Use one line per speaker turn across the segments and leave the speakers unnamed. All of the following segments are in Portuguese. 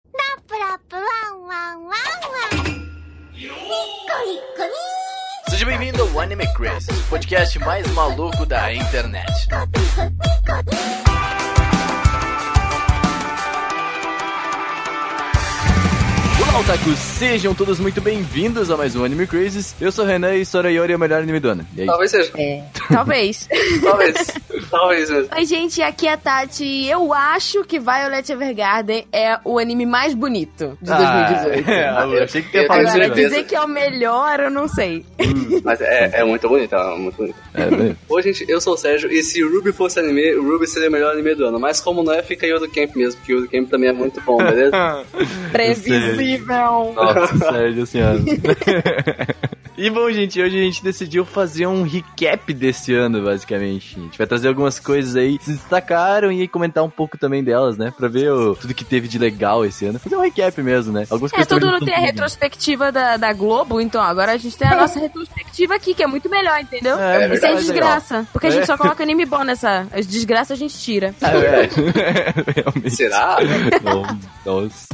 カップワンワンワンワンニッコニッコニ
Seja bem-vindo ao Anime Chris, o podcast mais maluco da internet. Olá, otakus! Sejam todos muito bem-vindos a mais um Anime Crazes. Eu sou o Renan e Sorayori é o melhor anime do ano. E aí?
Talvez seja.
Talvez.
Talvez. Talvez mesmo.
Oi, gente, aqui é a Tati. Eu acho que Violet Evergarden é o anime mais bonito de 2018.
Ah, é, eu achei que tinha falado
Eu tenho
isso
Agora,
certeza.
mesmo.
dizer que é o melhor, eu não sei.
Mas é, é muito bonita, é muito bonita.
É, bem.
Oi, gente, eu sou o Sérgio, e se Ruby fosse anime, o Ruby seria o melhor anime do ano. Mas como não é, fica Yodo Camp mesmo, que Yodo Camp também é muito bom, beleza?
Previsível.
Nossa, Sérgio, senhora. E bom, gente, hoje a gente decidiu fazer um recap desse ano, basicamente. A gente vai trazer algumas coisas aí que se destacaram e comentar um pouco também delas, né? Pra ver o- tudo que teve de legal esse ano. Fazer um recap mesmo, né? Algumas
É,
coisas
todo
também
mundo
não
tem a
tão
retrospectiva da, da Globo, então agora a gente tem a nossa retrospectiva aqui, que é muito melhor, entendeu?
É, é
Isso é
verdade,
desgraça, porque a gente
É.
só coloca anime bom nessa. As desgraças a gente tira.
Ah, é. Realmente.
Será?
Não, Nossa.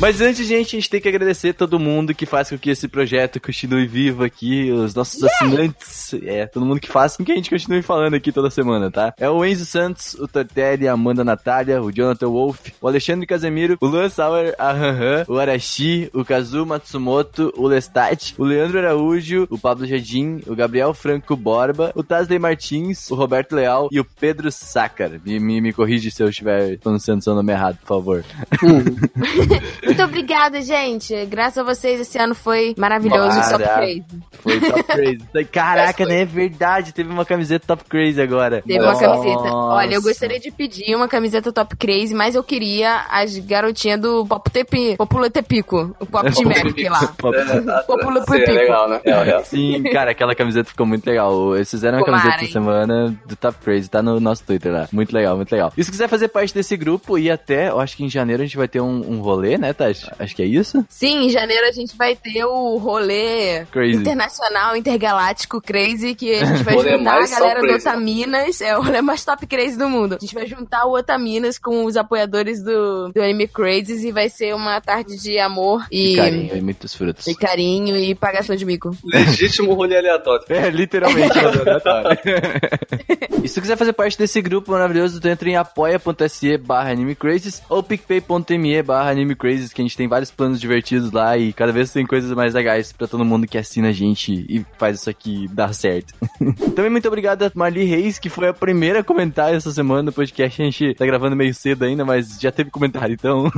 Mas antes, gente, a gente tem que agradecer todo mundo que faz com que esse projeto continue vivo aqui, os nossos assinantes, é, todo mundo que faz com que a gente continue falando aqui toda semana, tá? É o Enzo Santos, o Tortelli, a Amanda Natália, o Jonathan Wolf, o Alexandre Casemiro, o Luan Sauer, a Hanhan, o Arashi, o Kazu Matsumoto, o Lestat, o Leandro Araújo, o Pablo Jardim, o Gabriel Franco Borba, o Tasley Martins, o Roberto Leal e o Pedro Sácar. Me, me, me corrige se eu estiver pronunciando seu nome errado, por favor.
Muito obrigada, gente. Graças a vocês, esse ano foi maravilhoso. Só
Mara-
que
Foi Top Crazy. Caraca, né? É verdade. Teve uma camiseta Top Crazy agora.
Teve uma
Nossa.
camiseta. Olha, eu gostaria de pedir uma camiseta Top Crazy, mas eu queria as garotinhas do Pop Tepi, Populo Tepico, o Pop de Merck lá.
Top
É, a-
Populo
seria
Pipico.
legal, né? É, é.
Sim, cara, aquela camiseta ficou muito legal. Eles fizeram uma
Tomara,
camiseta
hein?
essa semana do Top Crazy, tá no nosso Twitter lá. Muito legal, muito legal. E se quiser fazer parte desse grupo e até, eu acho que em janeiro a gente vai ter um, um rolê, né, Tati? Acho que é isso?
Sim, em janeiro a gente vai ter o rolê
Crazy.
internacional, intergaláctico crazy, que a gente vai
Rolê
juntar a
mais
galera do
surpresa.
Otaminas. É o rolê mais top crazy do mundo. A gente vai juntar o Otaminas com os apoiadores do, do anime Crazies e vai ser uma tarde de amor e.
E carinho, e muitos frutos.
E carinho e pagação de mico.
Legítimo rolê aleatório.
É, literalmente. é um aleatório. e se tu quiser fazer parte desse grupo maravilhoso, tu entra em apoia.se barra animecrazes ou picpay.me barra animecrazes, que a gente tem vários planos divertidos lá e cada vez tem coisas mais legais pra todo mundo que assina a gente e faz isso aqui dar certo. Também muito obrigado a Marli Reis, que foi a primeira a comentar essa semana no podcast. A gente tá gravando meio cedo ainda, mas já teve comentário, então...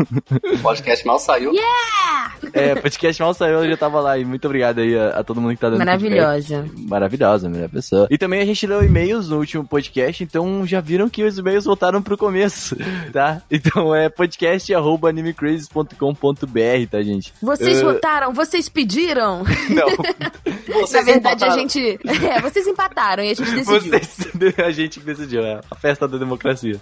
O podcast mal saiu.
é, podcast mal saiu, eu já tava lá e muito obrigado aí a, a todo mundo que tá dando feedback.
Maravilhosa.
Maravilhosa, melhor pessoa. E também a gente leu e-mails no último podcast, então já viram que os e-mails voltaram pro começo, tá? Então é podcast.animecrazes.com.br, tá, gente?
Vocês
Eh,
votaram, vocês pediram.
Não,
Na
Vocês
verdade, a
empataram.
gente. É, vocês empataram e a gente decidiu.
vocês, a gente que decidiu, é a festa da democracia.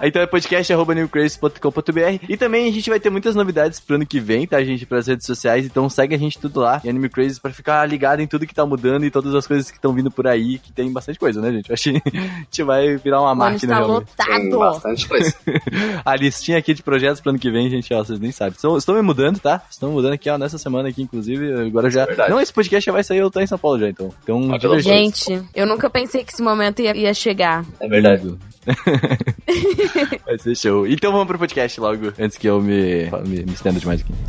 então é podcast.animecrazes.com.br e também a gente vai ter muitas novidades pro ano que vem, tá, gente? Pras redes sociais, então segue a gente tudo lá, em Anime Crazes, pra ficar ligado em tudo que tá mudando e todas as coisas que estão vindo por aí, que tem bastante coisa, né, gente? Eu Acho que a gente vai virar uma
O ano
tá
máquina,
está
realmente.
Tem um
lotado.
bastante coisa. É
A listinha aqui de projetos pro ano que vem, gente, ó, vocês nem sabem. Estão, estão me mudando, tá? Estão mudando aqui, ó, nessa semana aqui, inclusive. Agora já.
É Verdade.
Não, esse podcast já vai sair, eu tô em São Paulo já, então. Então,
Ah, pelo amor de
divergência.
Gente, eu nunca pensei que esse momento ia, ia chegar.
É verdade.
Vai ser show. Então vamos pro podcast logo, antes que eu me, me, me estenda demais aqui.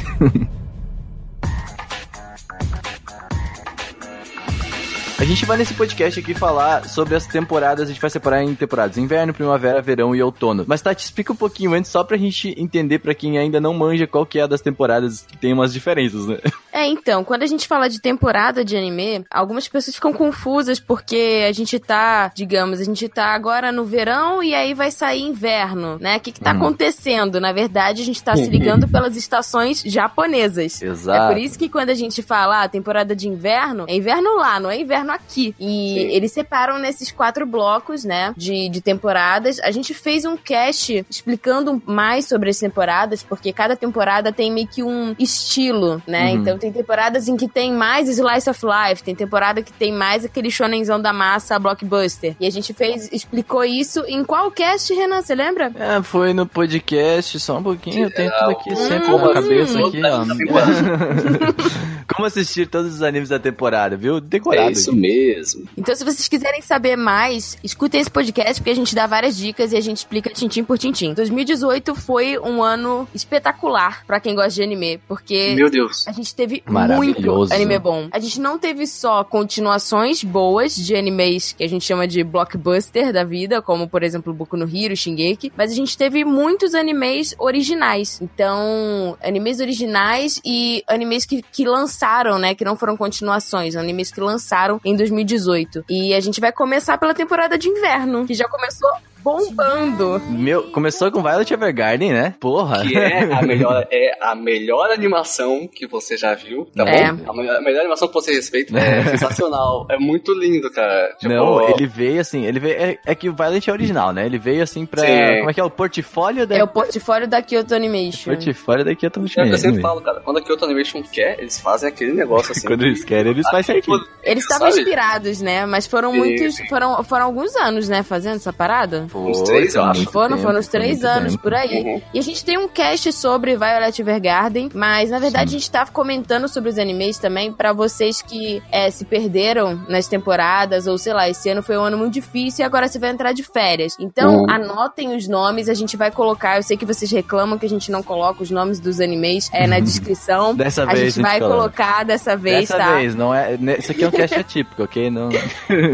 A gente vai nesse podcast aqui falar sobre as temporadas, a gente vai separar em temporadas inverno, primavera, verão e outono. Mas Tati, explica um pouquinho antes, só pra gente entender pra quem ainda não manja qual que é a das temporadas que tem umas diferenças, né?
É, então, quando a gente fala de temporada de anime, algumas pessoas ficam confusas porque a gente tá, digamos, a gente tá agora no verão e aí vai sair inverno, né? O que, que tá acontecendo? Na verdade, a gente tá se ligando pelas estações japonesas. É
Exato.
por isso que quando a gente fala ah, temporada de inverno, é inverno lá, não é inverno aqui. E
Sim.
eles separam nesses quatro blocos, né, de, de temporadas. A gente fez um cast explicando mais sobre as temporadas, porque cada temporada tem meio que um estilo, né?
Uhum.
Então tem Tem temporadas em que tem mais Slice of Life, tem temporada que tem mais aquele shonenzão da massa, blockbuster. E a gente fez, explicou isso em qual cast, Renan, você lembra?
É, foi no podcast, só um pouquinho, eu tenho tudo
Ah,
aqui sempre na cabeça aqui,
tá
ó. Como assistir todos os animes da temporada, viu? Decorado.
É isso mesmo.
Então, se vocês quiserem saber mais, escutem esse podcast, porque a gente dá várias dicas e a gente explica tintim por tintim. 2018 foi um ano espetacular pra quem gosta de anime, porque
Meu Deus.
a gente teve
Maravilhoso.
muito anime bom. A gente não teve só continuações boas de animes que a gente chama de blockbuster da vida, como por exemplo Boku no Hero, Shingeki, mas a gente teve muitos animes originais. Então, animes originais e animes que, que lançaram, né, que não foram continuações, animes que lançaram em 2018. E a gente vai começar pela temporada de inverno, que já começou bombando.
Meu, começou com Violet Evergarden, né? Porra.
Que é a, melhor, é a melhor animação que você já viu, tá
É.
bom? A melhor, a melhor animação que você respeita é sensacional. É muito lindo, cara. Tipo,
Não, ele veio assim, ele veio. É, é que o Violet é original, né? Ele veio assim pra.
Sim.
Como é que é? O portfólio da.
É o portfólio da Kyoto Animation.
portfólio daqui eu tô
É o que eu sempre falo, cara. Quando a Kyoto Animation quer, eles fazem aquele negócio assim. Tipo,
Quando eles querem, eles fazem certinho.
Eles estavam
Sabe?
inspirados, né? Mas foram
Sim,
muitos.
sim.
Foram, foram alguns anos, né? Fazendo essa parada.
é
Uns três,
Ah,
eu acho.
Foram, foram uns três anos por aí.
Uhum.
E a gente tem um cast sobre Violet Evergarden, mas na verdade a gente tava comentando sobre os animes também pra vocês que é, se perderam nas temporadas, ou sei lá, esse ano foi um ano muito difícil e agora você vai entrar de férias. Então
Uhum.
anotem os nomes, a gente vai colocar. Eu sei que vocês reclamam que a gente não coloca os nomes dos animes é, na descrição.
Dessa
A
vez
gente vai
coloca.
colocar dessa vez,
Dessa
tá?
vez, não é. né, Isso aqui é um cast atípico, ok? Não.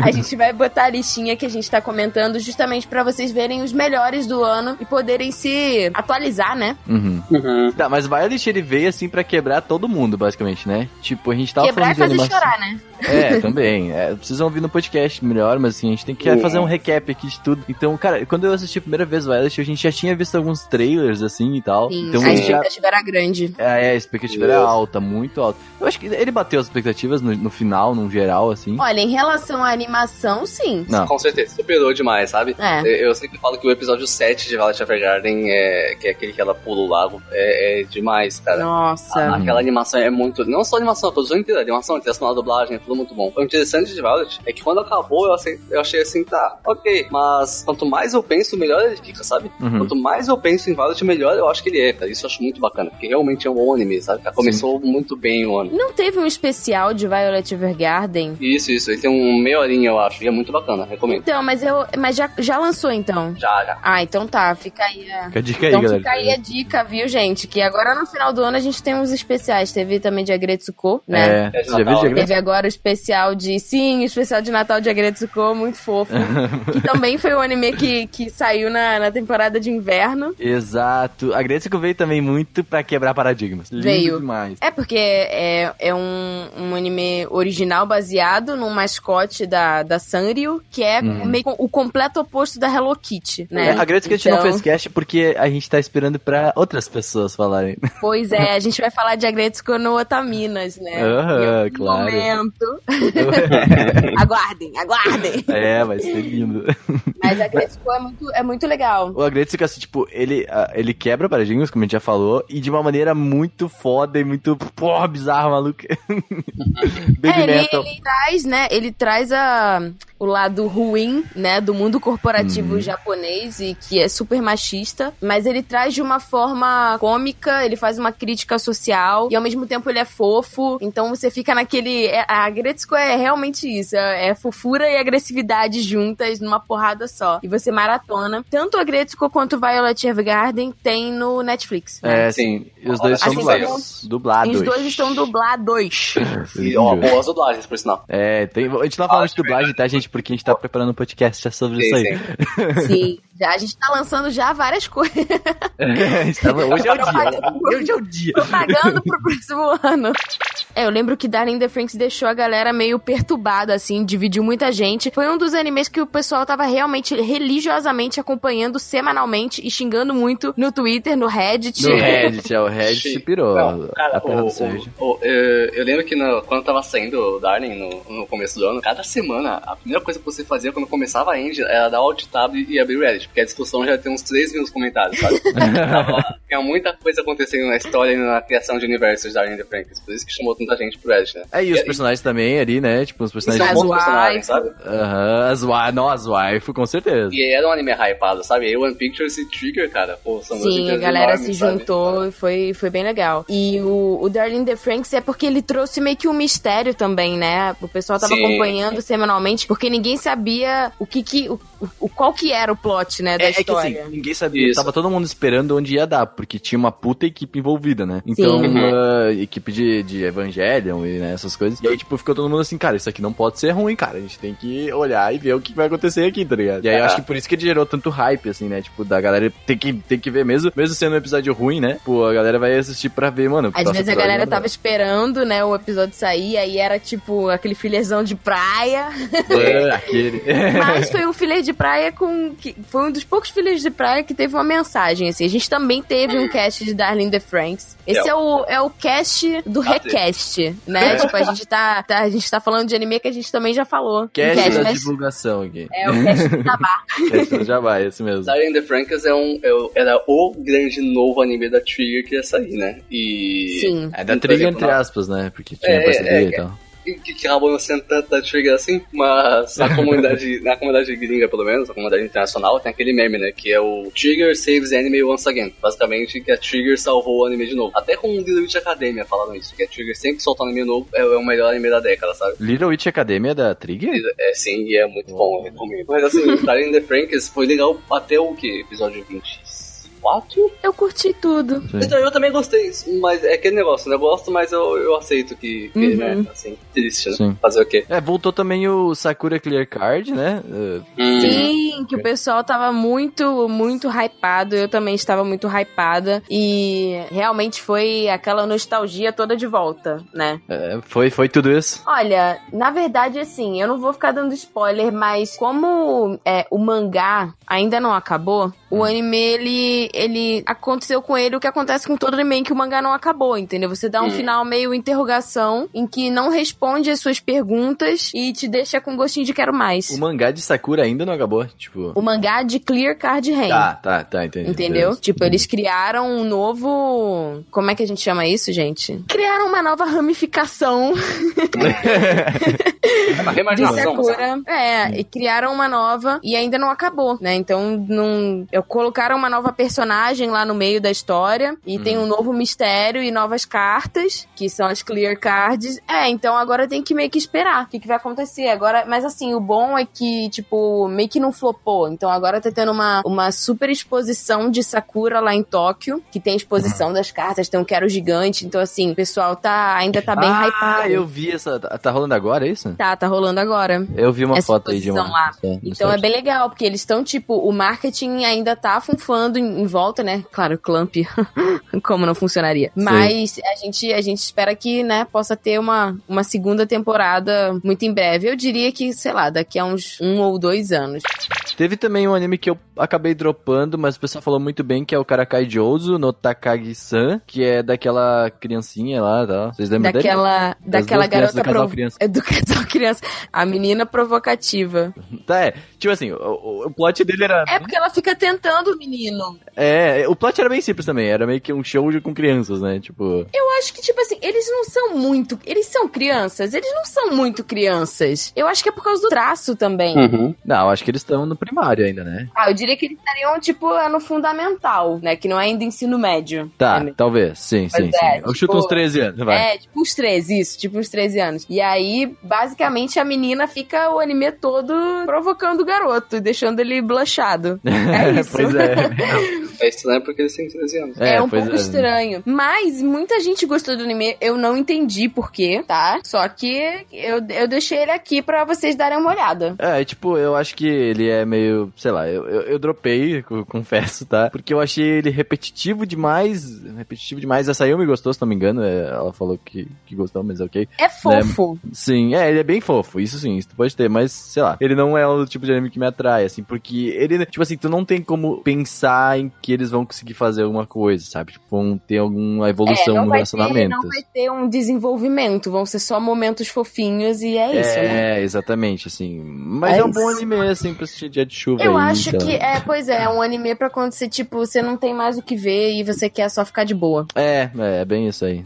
A gente vai botar a listinha que a gente tá comentando justamente pra vocês verem os melhores do ano e poderem se atualizar, né?
Uhum.
Uhum.
Tá, mas Violet ele veio assim pra quebrar todo mundo, basicamente, né? Tipo, a gente tava
Quebrar e
falando
fazer
de animação.
chorar, né?
É, também. É, precisam ouvir no podcast melhor, mas assim, a gente tem que
É.
fazer um recap aqui de tudo. Então, cara, quando eu assisti a primeira vez Violet, a gente já tinha visto alguns trailers assim e tal.
Sim,
então
a
gente já.
expectativa era grande.
É, é, a expectativa era alta, muito alta. Eu acho que ele bateu as expectativas no, no final, num geral, assim.
Olha, em relação à animação, sim.
Não.
Com certeza, superou demais, sabe?
É.
Eu eu sempre falo que o episódio 7 de Violet Evergarden, é, que é aquele que ela pula o lago, é, é demais, cara.
Nossa.
Ah, Aquela animação é muito. Não só a animação, a produção inteira, a animação, a trilha sonora, a dublagem, é tudo muito bom. O interessante de Violet é que quando acabou, eu, achei- eu achei assim, tá, ok, mas quanto mais eu penso, melhor ele fica, sabe?
Uhum.
Então,
Quanto mais eu penso em Violet, melhor eu acho que ele é, cara. Isso eu acho muito bacana, porque realmente é um bom anime, sabe? cara? Começou muito bem o ano.
Não teve um especial de Violet Evergarden?
Isso, isso, ele tem um meia horinha, eu acho, e é muito bacana, recomendo.
Então, mas eu. Mas já, já lançou então.
Já, já.
Ah, então tá, fica aí a.
Fica a dica aí,
então
galera.
fica aí a dica, viu, gente? Que agora no final do ano a gente tem uns especiais. Teve também de Agretsuko, né?
É,
É de
você já viu
Natal,
o diagrama?
Teve agora o especial de. Sim, o especial de Natal de Agretsuko, muito fofo. que também foi o anime que, que saiu na, na temporada de inverno.
Exato. A Gretsuko veio também muito pra quebrar paradigmas. Lindo
Veio.
demais.
É porque é, é um, um anime original baseado num mascote da, da Sanrio, que é meio co- o completo oposto da Hello Kitty, né?
Uhum. É, A Gretsuko a gente não fez cast porque a gente tá esperando pra outras pessoas falarem.
Pois é, a gente vai falar de Agretsuko no Otaminas, né?
Aham,
Em algum
Ah, claro.
Momento. aguardem, aguardem.
é, vai ser lindo.
Mas Agretsuko é muito, é muito legal.
O Agretsuko, assim, tipo, ele, ah, ele quebra paradigmas, como a gente já falou, e de uma maneira muito foda e muito, porra, bizarra, maluca. Baby
É, ele,
metal.
ele traz, né? Ele traz a, o lado ruim, né, do mundo
Uhum.
corporativo japonês e que é super machista, mas ele traz de uma forma cômica, ele faz uma crítica social e ao mesmo tempo ele é fofo. Então você fica naquele é- a Gretzko é realmente isso, é, é fofura e agressividade juntas numa porrada só. E você maratona. Tanto a Gretzko quanto Violet Evergarden tem no Netflix. né?
É,
Sim.
sim. E os dois são
Assim
como-
dublados. Dublados.
E os dois estão dublados.
E, ó, boas dublagens, por sinal.
É, tem, a gente não fala de dublagem, tá, gente? Porque a gente tá preparando um podcast já sobre
Sim,
isso aí.
sim.
Sim, já, a gente tá lançando já várias coisas.
A gente tava- hoje é o dia. Hoje é o dia.
propagando pro próximo ano. É, eu lembro que Darling in the Franks deixou a galera meio perturbada, assim, dividiu muita gente. Foi um dos animes que o pessoal tava realmente, religiosamente acompanhando semanalmente e xingando muito no Twitter, no Reddit.
No Reddit, é, o Reddit
Sim.
pirou.
Não, cara,
a perna
o-
do Sérgio.
o- o- eu, eu lembro que no- quando tava saindo o Darling no, no começo do ano, cada semana a primeira primeira coisa que você fazia quando começava a Angel era dar alt tab e abrir o Reddit, porque a discussão já tem uns 3 mil comentários, sabe? Então, tinha muita coisa acontecendo na história e na criação de universos da Angel Franks, por isso que chamou tanta gente pro Reddit, né? é
É, e os personagens também ali, né? Tipo, os personagens.
Isso,
bons
as
personagens, sabe?
Aham, as wife, não, as wife, com certeza.
E era um anime hypado, sabe? E One Pictures e Trigger, cara, pô, são dois
Sim, a
estúdios
galera
enormes,
se
sabe?
juntou e foi, foi bem legal. E o, o Darling the Franks é porque ele trouxe meio que um mistério também, né? O pessoal tava
Sim.
acompanhando semanalmente, porque ninguém sabia o que que... O, o- qual que era o plot, né, da
É, é que
história.
assim, ninguém sabia.
Isso.
Tava todo mundo esperando onde ia dar, porque tinha uma puta equipe envolvida, né? Então,
Uhum.
ah, equipe de, de Evangelion e né, essas coisas. E aí, tipo, ficou todo mundo assim, cara, isso aqui não pode ser ruim, cara. A gente tem que olhar e ver o que vai acontecer aqui, tá ligado? E aí, eu
Aham.
acho que por isso que ele gerou tanto hype, assim, né? Tipo, da galera tem que, tem que ver mesmo, mesmo sendo um episódio ruim, né? Pô, a galera vai assistir pra ver, mano.
Às
próximo
vezes a
episódio
galera
não
tava esperando, né, o episódio sair, aí era tipo aquele filezão de praia.
dá. É, aquele.
Mas foi um filé de praia com. que- foi um dos poucos filés de praia que teve uma mensagem, assim. A gente também teve um cast de Darling the Franks. Esse é, o, é o cast do
Ah,
request, né?
É.
Tipo, a gente tá, tá- A gente tá falando de anime que a gente também já falou.
Cast da
mas-
divulgação aqui.
É o cast do Tabar.
Cast do Jabá, esse mesmo.
Darling in the Frankas é um, é o- era o grande novo anime da Trigger que ia sair, né? E.
Sim.
É da
Por
trilha,
exemplo,
entre
na-
aspas, né? Porque tinha
É,
parceria
é,
e
é.
tal.
e Que, que acabou não sendo tanto da Trigger assim, mas na comunidade, na comunidade gringa, pelo menos, na comunidade internacional, tem aquele meme, né? Que é o Trigger Saves Anime Once Again. Basicamente, que a Trigger salvou o anime de novo. Até com o Little Witch Academia falaram isso, que a Trigger sempre solta um anime novo, é, é o melhor anime da década, sabe?
Little Witch Academia da Trigger?
É sim, e é muito bom, eu recomendo. Mas assim, Darling in the Franks foi legal até o que? Episódio 24?
Eu curti tudo.
Então, eu também gostei, mas é aquele negócio, né? Eu gosto, mas eu, eu aceito que, que
Uhum.
né? Assim, triste, né?
Sim.
Fazer o quê?
É, voltou também o Sakura Clear Card, né? Uh,
Sim, que o pessoal tava muito, muito hypado. Eu também estava muito hypada. E realmente foi aquela nostalgia toda de volta, né?
é, foi, foi tudo isso.
Olha, na verdade, assim, eu não vou ficar dando spoiler, mas como é, o mangá ainda não acabou,
Hum.
o anime, ele, ele aconteceu com ele o que acontece com todo anime em que o mangá não acabou, entendeu? Você dá um
Hum.
final meio interrogação, em que não responde as suas perguntas e te deixa com gostinho de quero mais.
O mangá de Sakura ainda não acabou, tipo...
O mangá de Clear Card Hand.
Tá, tá, tá, entendi.
Entendeu?
Beleza.
Tipo, eles criaram um novo. Como é que a gente chama isso, gente? Criaram uma nova ramificação
É uma
de
reimaginação. sabe?
Sakura.
Hum.
É, e criaram uma nova e ainda não acabou, né? Então, não, eu colocaram uma nova personagem lá no meio da história e
Hum.
tem um novo mistério e novas cartas, que são as clear cards. É, então agora tem que meio que esperar o que, que vai acontecer. Agora, mas assim, o bom é que, tipo, meio que não flopou. Então agora tá tendo uma, uma super exposição de Sakura lá em Tóquio, que tem
Hum.
exposição das cartas, tem um Quero Gigante. Então, assim, o pessoal tá, ainda tá bem
ah,
hypado.
eu vi essa... Tá, tá rolando agora, é isso?
Tá, tá rolando agora.
Eu vi uma
Essa
foto aí de uma...
exposição lá.
é, no
Então é
site.
bem legal, porque eles estão, tipo, o marketing ainda tá funfando em, em volta, né? Claro, clamp, como não funcionaria. Mas a gente, a gente espera que, né, possa ter uma, uma segunda temporada muito em breve. Eu diria que, sei lá, daqui a uns um ou dois anos.
Teve também um anime que eu acabei dropando, mas o pessoal falou muito bem, que é o Karakai Jouzu no Takagi-san, que é daquela criancinha lá, tá? Vocês lembram dele?
daquela daquela
duas crianças,
garota
do casal
provo-
criança.
É do casal criança. A menina provocativa.
Tá, é. Tipo assim, o, o- o plot dele era...
É porque ela fica tentando o menino.
É, o plot era bem simples também, era meio que um show com crianças, né? Tipo.
Eu acho que, tipo assim, eles não são muito. Eles são crianças? Eles não são muito crianças. Eu acho que é por causa do traço também.
Não, acho que eles estão no primário ainda, né?
Ah, eu diria que eles estariam, tipo, no fundamental, né? Que não é ainda ensino médio.
Tá,
É,
talvez. Sim, sim, sim.
é,
Eu
tipo-
chuto uns 13 anos, vai.
É, tipo uns 13, isso, tipo uns 13 anos. E aí, basicamente, a menina fica o anime todo provocando o garoto, deixando ele blanchado. É isso.
pois é.
É estranho porque eles têm 13 anos.
É, um
pois
pouco estranho. Mas muita gente gostou do anime, eu não entendi por quê, tá? Só que eu, eu deixei ele aqui pra vocês darem uma olhada.
É, tipo, eu acho que ele é é meio, sei lá, eu, eu, eu dropei, eu confesso, tá? Porque eu achei ele repetitivo demais. Repetitivo demais. A Sayumi gostou, se não me engano. é, Ela falou que, que gostou, mas ok.
É fofo.
Sim, é, ele é bem fofo, isso sim, isso tu pode ter, mas sei lá, ele não é o tipo de anime que me atrai, assim, porque ele, tipo assim, tu não tem como pensar em que eles vão conseguir fazer alguma coisa, sabe? Tipo, vão ter alguma
É,
evolução
não
no
vai ter-
relacionamento.
não vai ter um desenvolvimento, vão ser só momentos fofinhos e é isso, né?
É, exatamente, assim. Mas
É
é, um bom
isso.
anime, assim, pra assistir dia de chuva.
Eu
aí,
acho
sei
então.
lá.
que, é, pois é, é um anime pra quando você, tipo, você não tem mais o que ver e você quer só ficar de boa.
É, é, é bem isso aí.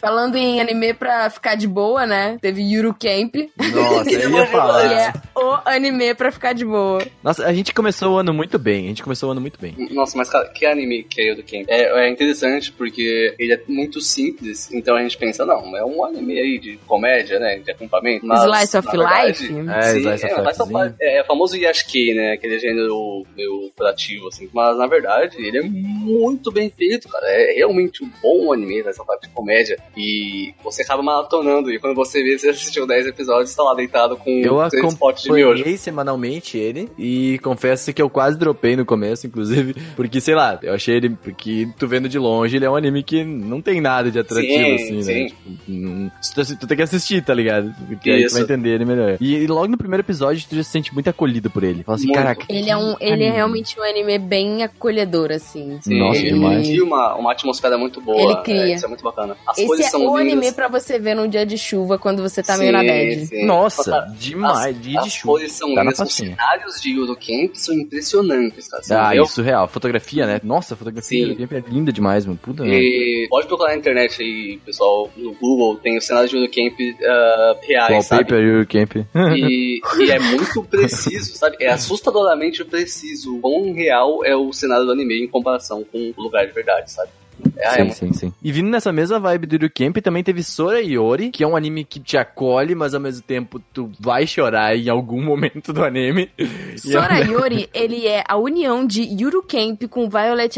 Falando em anime pra ficar de boa, né? Teve Yuru Camp,
Nossa, eu ia
que
falar.
é o anime pra ficar de boa.
Nossa, a gente começou o ano muito bem, a gente começou o ano muito bem.
Nossa, mas cara, que anime que é o do Ken? É, é interessante porque ele é muito simples, então a gente pensa, não, é um anime aí de comédia, né? De acampamento. Mas,
Slice of
na verdade,
Life?
É,
Sim,
Slice of
é, Slice of
Lifezinho.
Life. É, é famoso Yashikei, né? Aquele gênero meio curativo, assim. Mas, na verdade, ele é muito bem feito, cara. É realmente um bom anime, essa parte de comédia. E você acaba maratonando. E quando você vê, você assistiu 10 episódios, tá lá deitado com
Eu
três potes de miojo.
acompanhei semanalmente ele e confesso que eu quase dropei no começo, inclusive, porque sei lá, eu achei ele, porque tu vendo de longe, ele é um anime que não tem nada de atrativo,
Sim,
assim,
sim.
né? Tipo, não- tu, tu tem que assistir, tá ligado? Porque aí tu
Isso.
vai entender ele melhor. E, e logo no primeiro episódio tu já se sente muito acolhido por ele. Fala assim,
Muito.
caraca.
Ele é, um,
que
ele é
anime."
realmente um anime bem acolhedor, assim.
Sim,
Nossa,
ele
demais.
cria uma, uma atmosfera muito boa.
Ele cria.
é, isso é muito bacana. As cores
Esse é
são
o
lindas.
anime pra você ver num dia de chuva quando você tá meio
Sim,
na bad.
sim.
Nossa,
As-
demais, dia de
As
chuva.
cores são
Tá na
lindas. Os
facinha.
cenários de Eurocamp são impressionantes, cara. São
Ah,
real-
isso real. Fotografia, né? Nossa, a fotografia
Sim.
do Jump é linda demais, mano. Puta. merda.
E pode procurar na internet aí, pessoal, no Google, tem o cenário de Eurocamp ah, reais, sabe?
Wallpaper e o Camp.
E, e é muito preciso, sabe? É assustadoramente preciso. O quão real é o cenário do anime em comparação com o lugar de verdade, sabe? É, é
sim,
muito-
sim, sim. E vindo nessa mesma vibe do Camp, também teve Sora Yori, que é um anime que te acolhe, mas ao mesmo tempo tu vai chorar em algum momento do anime. E é um-
Sorayori, ele é a união de Yuru Camp com Violet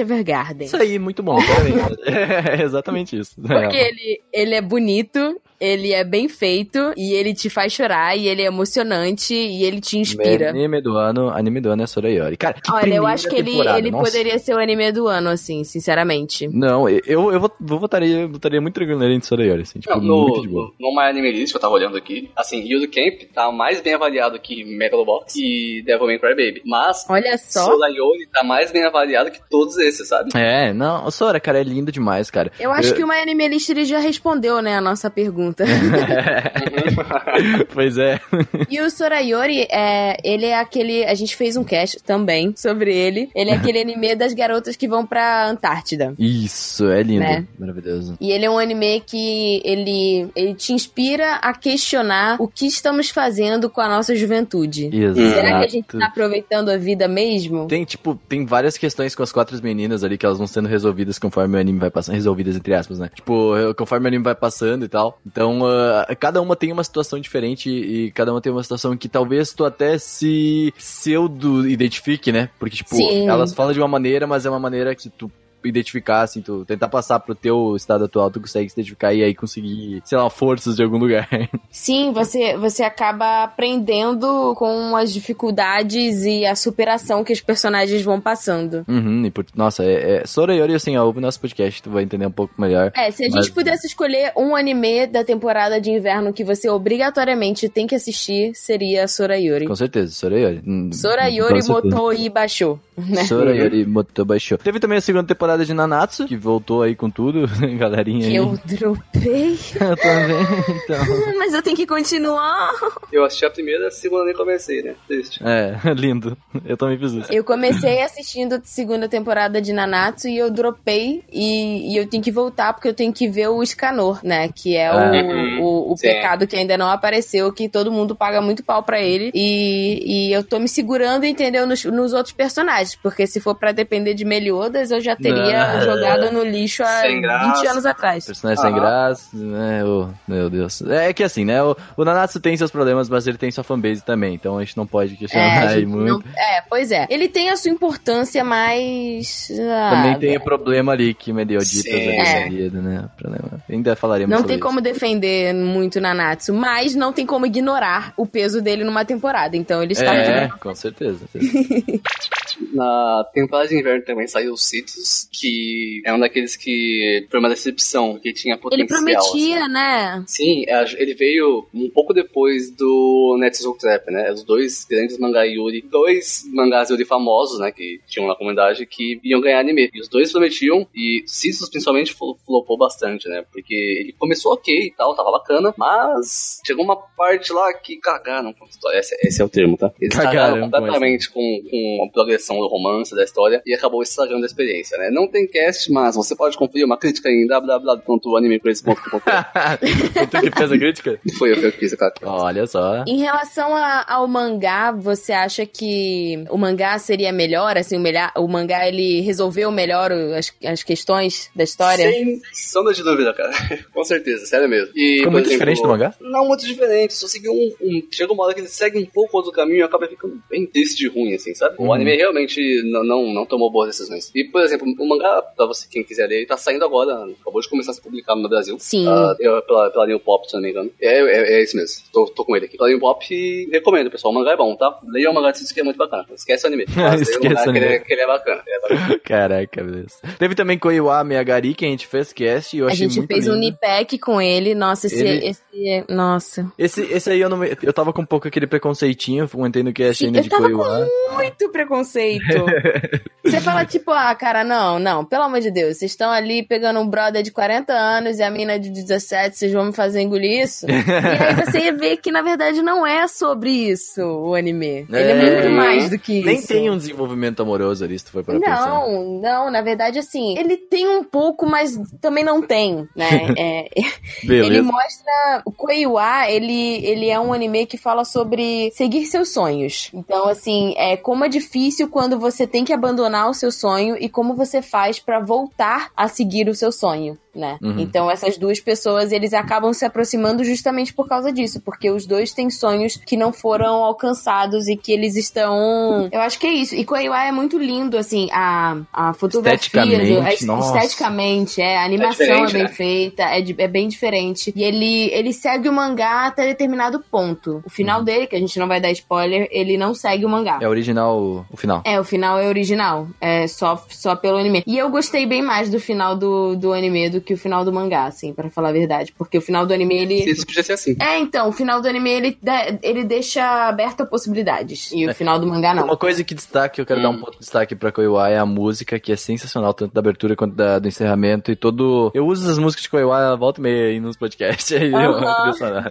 Evergarden.
Isso aí, muito bom. parabéns. é exatamente isso.
Porque
É.
ele, ele é bonito, ele é bem feito, e ele te faz chorar, e ele é emocionante, e ele te inspira.
Anime do ano, anime do ano é Sora Yori. Cara, que
Olha, eu
primeira
acho que ele,
temporada,
ele
nossa.
poderia ser o anime do ano, assim, sinceramente.
Não, eu, eu vou, vou votaria, votaria muito tranquilo nele em Sora Yori, assim, tipo,
Não, no,
muito de boa.
no, no My Anime List que eu tava olhando aqui, assim, Yuzu Camp tá mais bem avaliado que Megalobox e Devilman Crybaby. Mas
Olha só.
Solayori tá mais bem avaliado que todos esses, sabe?
É, não, o Sora, cara, é lindo demais, cara.
Eu acho que o My Anime List ele já respondeu, né, a nossa pergunta.
pois é.
e o Sorayori, é, ele é aquele. A gente fez um cast também sobre ele. Ele é aquele anime das garotas que vão pra Antártida.
Isso, é lindo.
Né?
Maravilhoso.
E ele é um anime que ele, ele te inspira a questionar o que estamos fazendo com a nossa juventude.
Exato.
Será que a gente tá aproveitando a vida mesmo?
Tem, tipo, tem várias questões com as quatro meninas ali que elas vão sendo resolvidas conforme o anime vai passando. Resolvidas, entre aspas, né? Tipo, eh, conforme o anime vai passando e tal. Então, ah, cada uma tem uma situação diferente e cada uma tem uma situação que talvez tu até se pseudo-identifique, né? Porque, tipo,
Sim.
elas falam de uma maneira, mas é uma maneira que tu identificar, assim, tu tentar passar pro teu estado atual, tu consegue se identificar e aí conseguir, sei lá, forças de algum lugar.
Sim, você, você acaba aprendendo com as dificuldades e a superação que os personagens vão passando.
uhum, e por... Nossa, é, é... Sorayori, assim, ó, ouve nosso podcast, tu vai entender um pouco melhor.
É, se a
Mas-
gente pudesse escolher um anime da temporada de inverno que você obrigatoriamente tem que assistir, seria Sorayori.
Com certeza, Sorayori. Hum,
Sorayori né?
com certeza.
botou e baixou.
Sorayori Motobaisho. Teve também a segunda temporada de Nanatsu, que voltou aí com tudo, galerinha. aí.
Eu dropei,
Eu também, então.
mas eu tenho que continuar.
Eu assisti a primeira, a segunda nem comecei, né? Triste.
É, lindo. Eu também fiz isso.
Eu comecei assistindo a segunda temporada de Nanatsu e eu dropei e, e eu tenho que voltar porque eu tenho que ver o Escanor, né? Que é
Ah.
o, o, o
Sim.
pecado que ainda não apareceu, que todo mundo paga muito pau pra ele. E, e eu tô me segurando, entendeu? Nos, nos outros personagens, porque se for pra depender de Meliodas, eu já teria seria jogada no lixo há
Ah. Sem
20
graça.
anos atrás.
Personagem sem
Aham.
graça, né? o- meu Deus. É que assim, né? O, o Nanatsu tem seus problemas, mas ele tem sua fanbase também. Então a gente não pode
É, a
questionar ele
gente
muito.
não- é, pois é. Ele tem a sua importância, mas. ah,
Também tem o problema ali que Medioditas
Sim.
ali,
É.
seria, né? o Problema. Ainda falaremos
Não
sobre
tem
isso.
como defender muito Nanatsu, mas não tem como ignorar o peso dele numa temporada. Então ele está muito
É,
bem.
com certeza.
Na temporada de inverno também saiu o Citus, que é um daqueles que foi uma decepção, que tinha
Ele
potencial. assim.
prometia, né?
Sim, é, ele veio um pouco depois do Netsuzoku Trap, né? Os dois grandes mangá Yuri, dois mangás Yuri famosos, né? Que tinham na comunidade que iam ganhar anime. E os dois prometiam, e Cissus principalmente flo- flopou bastante, né? Porque ele começou ok e tal, tava bacana, mas chegou uma parte lá que cagaram com a história. Esse, esse é o termo, tá? Eles
Cagaram
cagaram,
com a
completamente com, com a progressão do romance, da história, e acabou estragando a experiência, né? Não tem cast, mas você pode conferir uma crítica em www.animecrazy.com.br
tu que fez a crítica?
Foi eu que eu fiz, é claro.
Olha só.
Em relação a- ao mangá, você acha que o mangá seria melhor? Assim, o, melhor, o mangá ele resolveu melhor o- as, as questões da história?
Sem sombra de dúvida, cara. Com certeza, sério mesmo. E,
Ficou
por
muito
exemplo,
é diferente do mangá?
Não muito diferente, só seguiu um, um- Chega uma hora que ele segue um pouco outro caminho e acaba ficando bem triste de ruim, assim, sabe?
Uhum.
O anime realmente não, não, não tomou boas decisões. E, por exemplo, o mangá, pra você quem quiser ler, ele tá saindo agora, acabou de começar a ser publicado no Brasil.
Sim.
Ah, eu- pela, pela New Pop, se eu não me engano. É, é, é isso mesmo, tô, tô com ele aqui. Pela New Pop, e recomendo, pessoal. O mangá é bom, tá? Leia o mangá disso que é muito bacana. Esquece o anime. Mas leia
Esquece
o mangá
o
que ele, é-
anime.
que ele é bacana. Ele é bacana.
Caraca, beleza. Teve também Koiwa Miyagari, que a gente fez cast e eu
A
achei
gente
muito
fez um
lindo.
Nipec com ele. Nossa, esse.
Ele-
esse- nossa.
Esse, esse aí eu não... me- Eu tava com um pouco aquele preconceitinho, comentei no cast
Sim,
ainda
eu
de
tava com
Koiwa.
Muito preconceito. Você fala tipo, ah, cara, não, não, pelo amor de Deus, vocês estão ali pegando um brother de 40 anos e a mina de 17, vocês vão me fazer engolir isso? e aí você vê que na verdade não é sobre isso o anime. Ele é
É.
muito mais do que
Nem
isso.
tem um desenvolvimento amoroso ali, se tu for para pensar.
Não, não, na verdade, assim, ele tem um pouco, mas também não tem, né? É, ele
Beleza.
mostra. O Koiwa, ele, ele é um anime que fala sobre seguir seus sonhos. Então, assim, é como é difícil quando você tem que abandonar o seu sonho e como você faz pra voltar a seguir o seu sonho. Né?
Uhum.
Então essas duas pessoas eles acabam se aproximando justamente por causa disso, porque os dois têm sonhos que não foram alcançados e que eles estão. Eu acho que é isso. E Koiwa é muito lindo assim, a, a fotografia, do- a-
Esteticamente, nossa.
esteticamente, é, a animação é,
diferente,
bem
né?
feita, é, de- é bem diferente. E ele, ele segue o mangá até determinado ponto. O final dele, que a gente não vai dar spoiler, ele não segue o mangá.
É original o- o final.
É, o final é original. É só, só pelo anime. E eu gostei bem mais do final do, do anime do que o final do mangá, assim, pra falar a verdade. Porque o final do anime, ele.
Isso podia ser assim.
É, então, o final do anime, ele, dá- ele deixa aberta possibilidades. E o final do mangá, É, não.
Uma coisa que destaque, eu quero
Hum.
dar um ponto de destaque pra Koiwa é a música, que é sensacional, tanto da abertura quanto da- do encerramento e todo... Eu uso as músicas de Koiwa volta e meia aí nos podcasts, aí eu
Aham.
impressionado.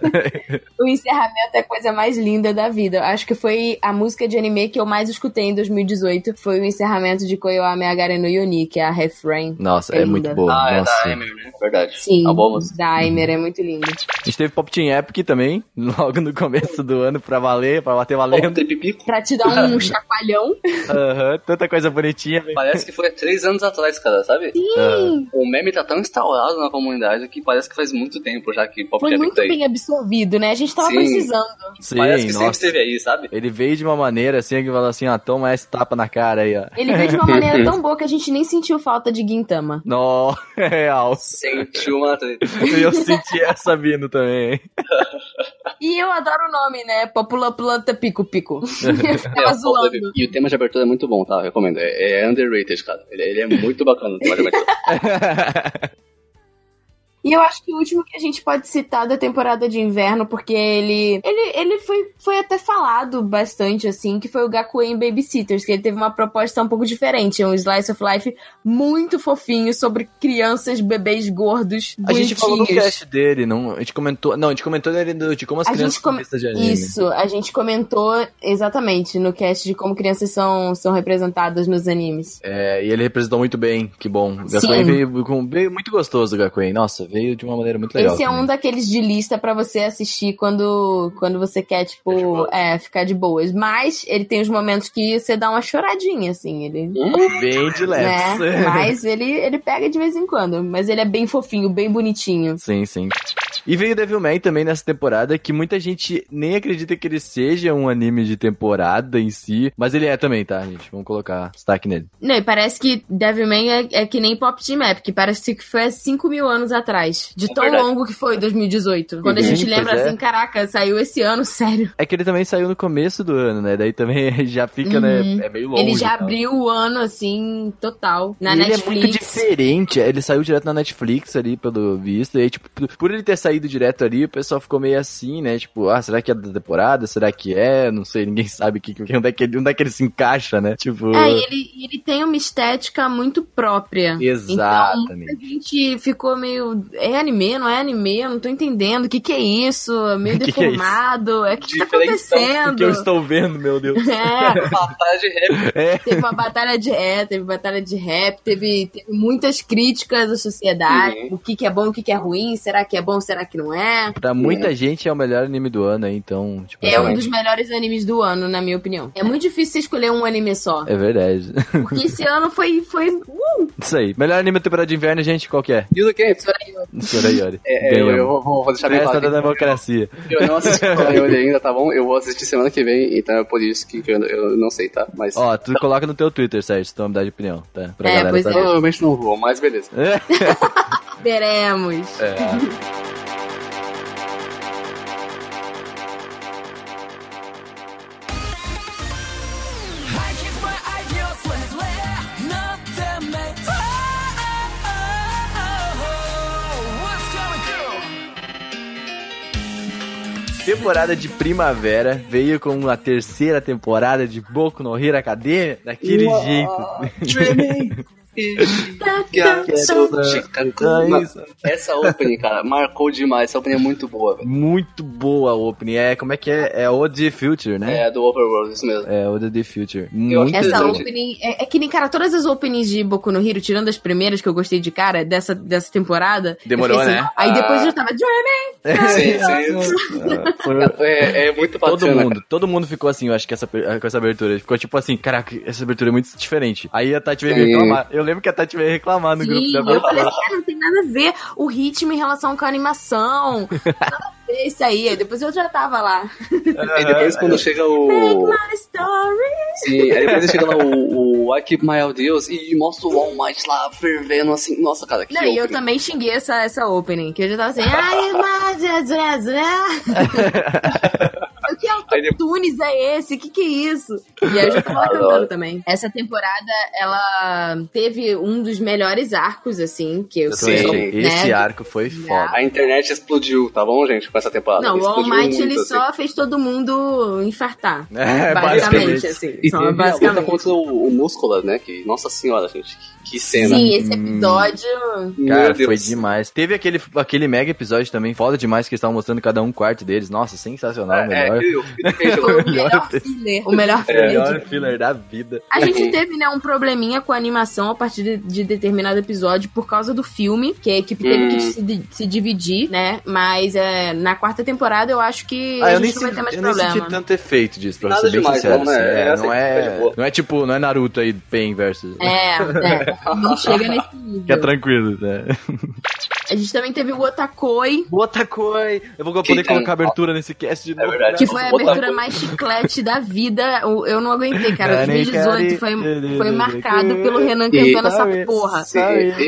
O encerramento é a coisa mais linda da vida. Acho que foi a música de anime que eu mais escutei em 2018. Foi o encerramento de Koyoa Megare no Yoni, que é a Refrain.
Nossa,
É
é,
linda.
muito boa,
Ah, é
nossa.
da Emer, né? Verdade.
Sim,
Tá bom, moço?
Daimer, é muito lindo.
a gente teve Pop Team Epic também, logo no começo do ano, pra valer, pra bater
Bom,
valendo.
tem pipico.
Pra te dar um chacoalhão.
Aham, tanta coisa bonitinha. velho.
Parece que foi há três anos atrás, cara, sabe?
Aham.
O meme tá tão instaurado na comunidade que parece que faz muito tempo já que Pop
Foi
Jam
muito
tá aí.
bem absorvido, né? A gente tava
Sim.
precisando.
Sim,
Parece que sempre
nossa.
esteve aí, sabe?
Ele veio de uma maneira assim, que falou assim, ó, toma essa tapa na cara aí, ó.
Ele veio de uma maneira tão boa que a gente nem sentiu falta de Guintama.
Nó, é real.
Sentiu uma treta.
Eu senti essa vindo também, hein.
E eu adoro o nome, né? Popula Planta Pico Pico. Eu
É,
ficava
o Pop
zoando.
Jam- e o tema de abertura é muito bom, tá? Eu recomendo. É, é underrated, cara. Ele, ele é muito bacana o tema de abertura.
E eu acho que o último que a gente pode citar da temporada de inverno, porque ele. Ele, ele foi, foi até falado bastante, assim, que foi o Gakuen Babysitters, que ele teve uma proposta um pouco diferente. Um slice of life muito fofinho sobre crianças, bebês gordos,
A gente falou no
bonitinhos.
cast dele, não? A gente comentou. Não, a gente comentou dele do- de como as
A
crianças
gente come-
são vistas de anime.
Isso, a gente comentou exatamente no cast de como crianças são, são representadas nos animes.
É, e ele representou muito bem, que bom. O Gakuen
Sim.
veio, com- veio muito gostoso, o Gakuen. Nossa, veio de uma maneira muito legal.
Esse é
também.
um daqueles de lista pra você assistir quando, quando você quer,
Ficar de
tipo,
boas.
é, ficar de boas. Mas ele tem os momentos que você dá uma choradinha, assim, ele.
Bem de leves.
Né? Mas ele, ele pega de vez em quando. Mas ele é bem fofinho, bem bonitinho.
Sim, sim. E veio Devilman também nessa temporada, que muita gente nem acredita que ele seja um anime de temporada em si, mas ele é também, tá, gente? Vamos colocar destaque nele.
Não, e parece que Devilman é, é que nem Pop Team Map, que parece que foi há 5 mil anos atrás. De
É
tão
verdade.
longo que foi 2018. Quando a
Uhum,
gente lembra
pois é.
assim, caraca, saiu esse ano, sério.
É que ele também saiu no começo do ano, né? Daí também já fica,
Uhum.
né? É meio longe.
ele já
e tal.
abriu o ano, assim, total. Na
E ele é
Netflix.
muito diferente. é, Ele saiu direto na Netflix ali, pelo visto. E aí, tipo, por ele ter saído direto ali, o pessoal ficou meio assim, né? Tipo, ah, será que é da temporada? Será que é? Não sei, ninguém sabe que, que- onde, é que ele, onde é que ele se encaixa, né? Tipo.
É, e ele, e ele tem uma estética muito própria. Então,
Exatamente.
muita gente ficou meio. É anime, não é anime? Eu não tô entendendo. O que, que é isso? Meio
Que que é isso?
deformado. É o que, que tá
Diferentão,
o que eu
acontecendo?
estou É. vendo, meu Deus.
É,
Batalha de rap.
teve uma batalha de é, teve batalha de rap, teve, teve muitas críticas à sociedade,
Uhum.
o que, que é bom, o que, que é ruim, será que é bom, será que não é.
Pra muita gente é o melhor anime do ano, aí, então, tipo,
É um
realmente,
dos melhores animes do ano, na minha opinião. É muito difícil você escolher um anime só.
é verdade.
Porque esse ano foi. foi uh,
Isso aí. Melhor anime da temporada de inverno, gente, qual que é?
E o do Camp?
Sorayori.
É, eu,
Ganhou.
eu vou, vou deixar bem
Festa
claro.
da
que é.
democracia.
Eu não assisti o Torre ainda, tá bom? Eu vou assistir semana que vem, então é por isso que eu, eu não sei, tá? Mas.
Ó, tu coloca no teu Twitter, Sérgio, se tu não me dá de opinião, tá? Pra
É,
galera
pois
saber.
Provavelmente não vou, mas beleza.
veremos.
É.
I keep my ideals when where nothing makes What's gonna go?
Temporada de primavera veio com a terceira temporada de Boku no Hero Academia daquele jeito.
Dreaming. É, Essa opening, cara, marcou demais. Essa opening é muito boa, velho.
Muito boa a opening. É, como é que é? É o The Future, né?
É, do Overworld, isso mesmo.
É, o The Future.
Eu
Muito
acho que
Essa
Entendi.
opening. É, é que nem, cara, todas as openings de Boku no Hero, tirando as primeiras que eu gostei de cara, dessa, dessa temporada. eu
Demorou,
fiquei assim,
né?
Aí depois
Ah.
eu tava. Dreaming!
Sim, sim.
Ah, foi-
É, é muito bacana.
Todo
cara.
mundo, todo mundo ficou assim, eu acho que essa, com essa abertura. Ficou tipo assim, caraca, essa abertura é muito diferente. Aí a Tati veio
Sim.
reclamar. Eu lembro que a Tati veio reclamar no grupo
Sim,
da
eu
abertura.
falei assim, cara, não tem nada a ver o ritmo em relação com a animação. Nada a ver isso aí. Aí Depois eu já tava lá.
E depois quando chega
É,
o.
Story.
Sim, aí depois chega lá o, o I Keep My Ideals e mostra o All Might lá fervendo assim. Nossa, cara, que
Não, e eu
opening.
também xinguei essa, essa opening, que eu já tava assim, ai, mas O que
Aí depois-
autotunes é esse? O que, que é isso? E aí eu já tava lá cantando também. Essa temporada, ela teve um dos melhores arcos, assim, que eu
Eu
Sim.
também
sei.
achei. Esse
né?
arco foi foda.
A internet explodiu, tá bom, gente? Com essa temporada.
Não, o All
explodiu
Might
muito,
ele
assim.
só fez todo mundo infartar.
É,
basicamente,
basicamente.
assim.
E
só
teve a luta
basicamente.
contra o, o Múscula, né? Que, nossa senhora, gente, que, que cena.
Sim, esse episódio.
Meu
Cara,
Deus.
foi demais. Teve aquele, aquele mega episódio também, foda demais, que eles estavam mostrando cada um quarto deles. Nossa, sensacional, o
É,
né? melhor.
eu fiquei feliz.
Foi o
melhor
melhor filler. O melhor
o
filler de
melhor filler da vida.
A gente teve, né, um probleminha com a animação a partir de, de determinado episódio por causa do filme, que a equipe teve
Hum.
que se, di- se dividir, né? Mas é, na quarta temporada eu acho que
Ah,
a
eu nem,
gente não
senti,
vai ter mais
eu nem senti
problema.
tanto efeito disso, pra
Nada
ser bem
demais,
sincero.
não,
assim.
né?
É,
Essa
não,
foi de
é,
boa.
não é tipo, não é Naruto aí, Pain versus.
É, é, não chega nesse
Que é
nível.
tranquilo, né?
A gente também teve o Otakoi,
Otakoi! Eu vou poder
Que- É
colocar abertura nesse cast de novo. né?
verdade.
que foi a
O Otakoi.
abertura mais chiclete da vida. Eu eu não aguentei, cara. 2018 foi, foi marcado pelo Renan cantando essa porra.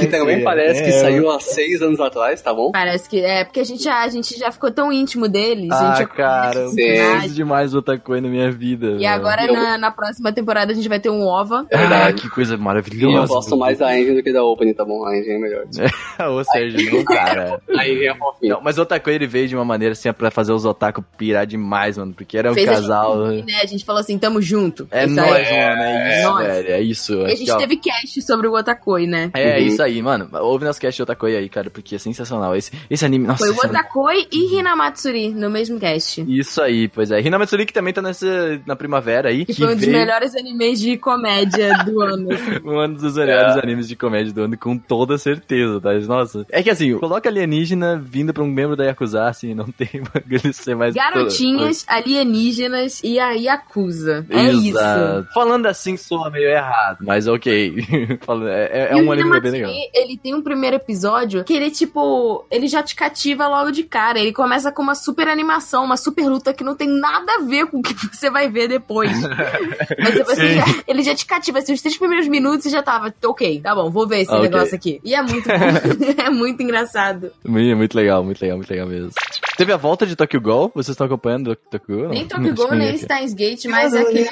que também parece
É,
que saiu há seis anos atrás, tá bom?
Parece que é, porque a gente já, a gente já ficou tão íntimo deles. a gente
Ah,
já
cara, eu
conhece de verdade.
preciso demais do Otakoi na minha vida.
E
velho.
agora
Eu-
na, na próxima temporada a gente vai ter um OVA.
É
Ah,
verdade.
que coisa
E
maravilhosa.
eu gosto mais da Engine do que da Opening, tá bom? A Engine é melhor.
Ou seja, não, cara.
A Engine é fofinha.
Não, mas o Otaku ele veio de uma maneira assim pra fazer os otaku pirar demais, mano. Porque era um
Fez a gente
casal.
unir, né? A gente falou assim, tamo junto.
É
Isso
nóis,
aí.
mano. É
É
isso,
nóis.
velho. É isso.
E a
Acho que,
gente
ó,
teve cast sobre o Otakoi, né?
É
Uhum.
isso aí, mano. Ouve nosso cast de Otakoi aí, cara, porque é sensacional. Esse, esse anime, nossa.
Foi o
esse anime-
Otakoi e Hinamatsuri no mesmo cast.
Isso aí, pois é. Hinamatsuri que também tá nessa, na primavera aí.
Que foi um dos
veio-
melhores animes de comédia do ano.
Um dos melhores
É.
animes de comédia do ano, com toda certeza. certeza, tá? Nossa. É que assim, coloca alienígena vindo pra um membro da Yakuza, assim, não tem bagulho de ser mais.
Garotinhas, alienígenas e a Yakuza. É isso.
Exato. Falando assim soa meio errado, mas ok. Falando- é é
E
um
o
anime bem
Hinamatsuki,
legal.
Ele tem um primeiro episódio que ele, tipo, ele já te cativa logo de cara. Ele começa com uma super animação, uma super luta que não tem nada a ver com o que você vai ver depois. Mas você
Sim.
já, ele já te cativa. Assim, os três primeiros minutos você já tava, ok, tá bom, vou ver esse
Ah, ok.
negócio aqui. E é muito bom. é muito engraçado.
Muito muito legal, muito legal, muito legal mesmo. Teve a volta de Tokyo Gol? Vocês estão acompanhando Tokyo Gol?
Nem
Acho
Tokyo
que
Ghoul, né?
ninguém
nem
aqui.
Steins Gate, mas é aquele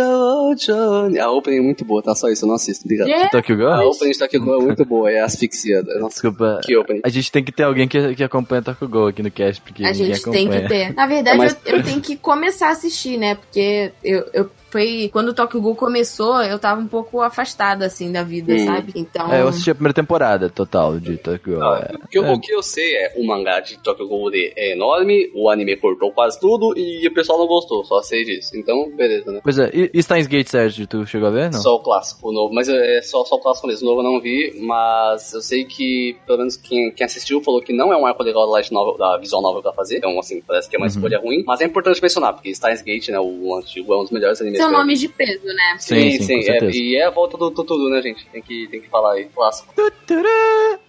A opening é muito boa, tá? Só isso, eu não assisto, obrigado.
Yeah.
Tokyo Gol?
A opening de Tokyo Ghoul é muito boa, é asfixia. Nossa,
Desculpa.
que opening.
A gente tem que ter alguém que, que acompanha Tokyo Gol aqui no cast, porque
A
ninguém
gente tem que
acompanha. É,
ter. Na verdade,
Mas-
eu, eu tenho que começar a assistir, né? Porque eu. eu foi quando o Tokyo Ghoul começou, eu tava um pouco afastada, assim, da vida,
Hum.
sabe? Então.
É, eu assisti a primeira temporada total de Tokyo Gol. é.
O que, eu, o que eu sei é o mangá de Tokyo Ghoul é enorme, o anime cortou quase tudo e o pessoal não gostou, só sei disso. Então, beleza, né?
Pois é, e e Steins Gate, Sérgio, tu chegou a ver? Não?
Só o clássico, o novo. Mas é só, só o clássico mesmo. O novo eu não vi, mas eu sei que, pelo menos quem, quem assistiu falou que não é um arco legal da, light novel, da visual novel pra fazer. Então, assim, parece
Uhum.
que é uma escolha ruim. Mas é importante mencionar, porque Steins Gate, né, o antigo, é um dos melhores animes.
São
que eu-
nomes de peso, né?
Sim, sim, com
é,
certeza.
e é a volta do Tutudu, né, gente? Tem que, tem que falar aí, clássico.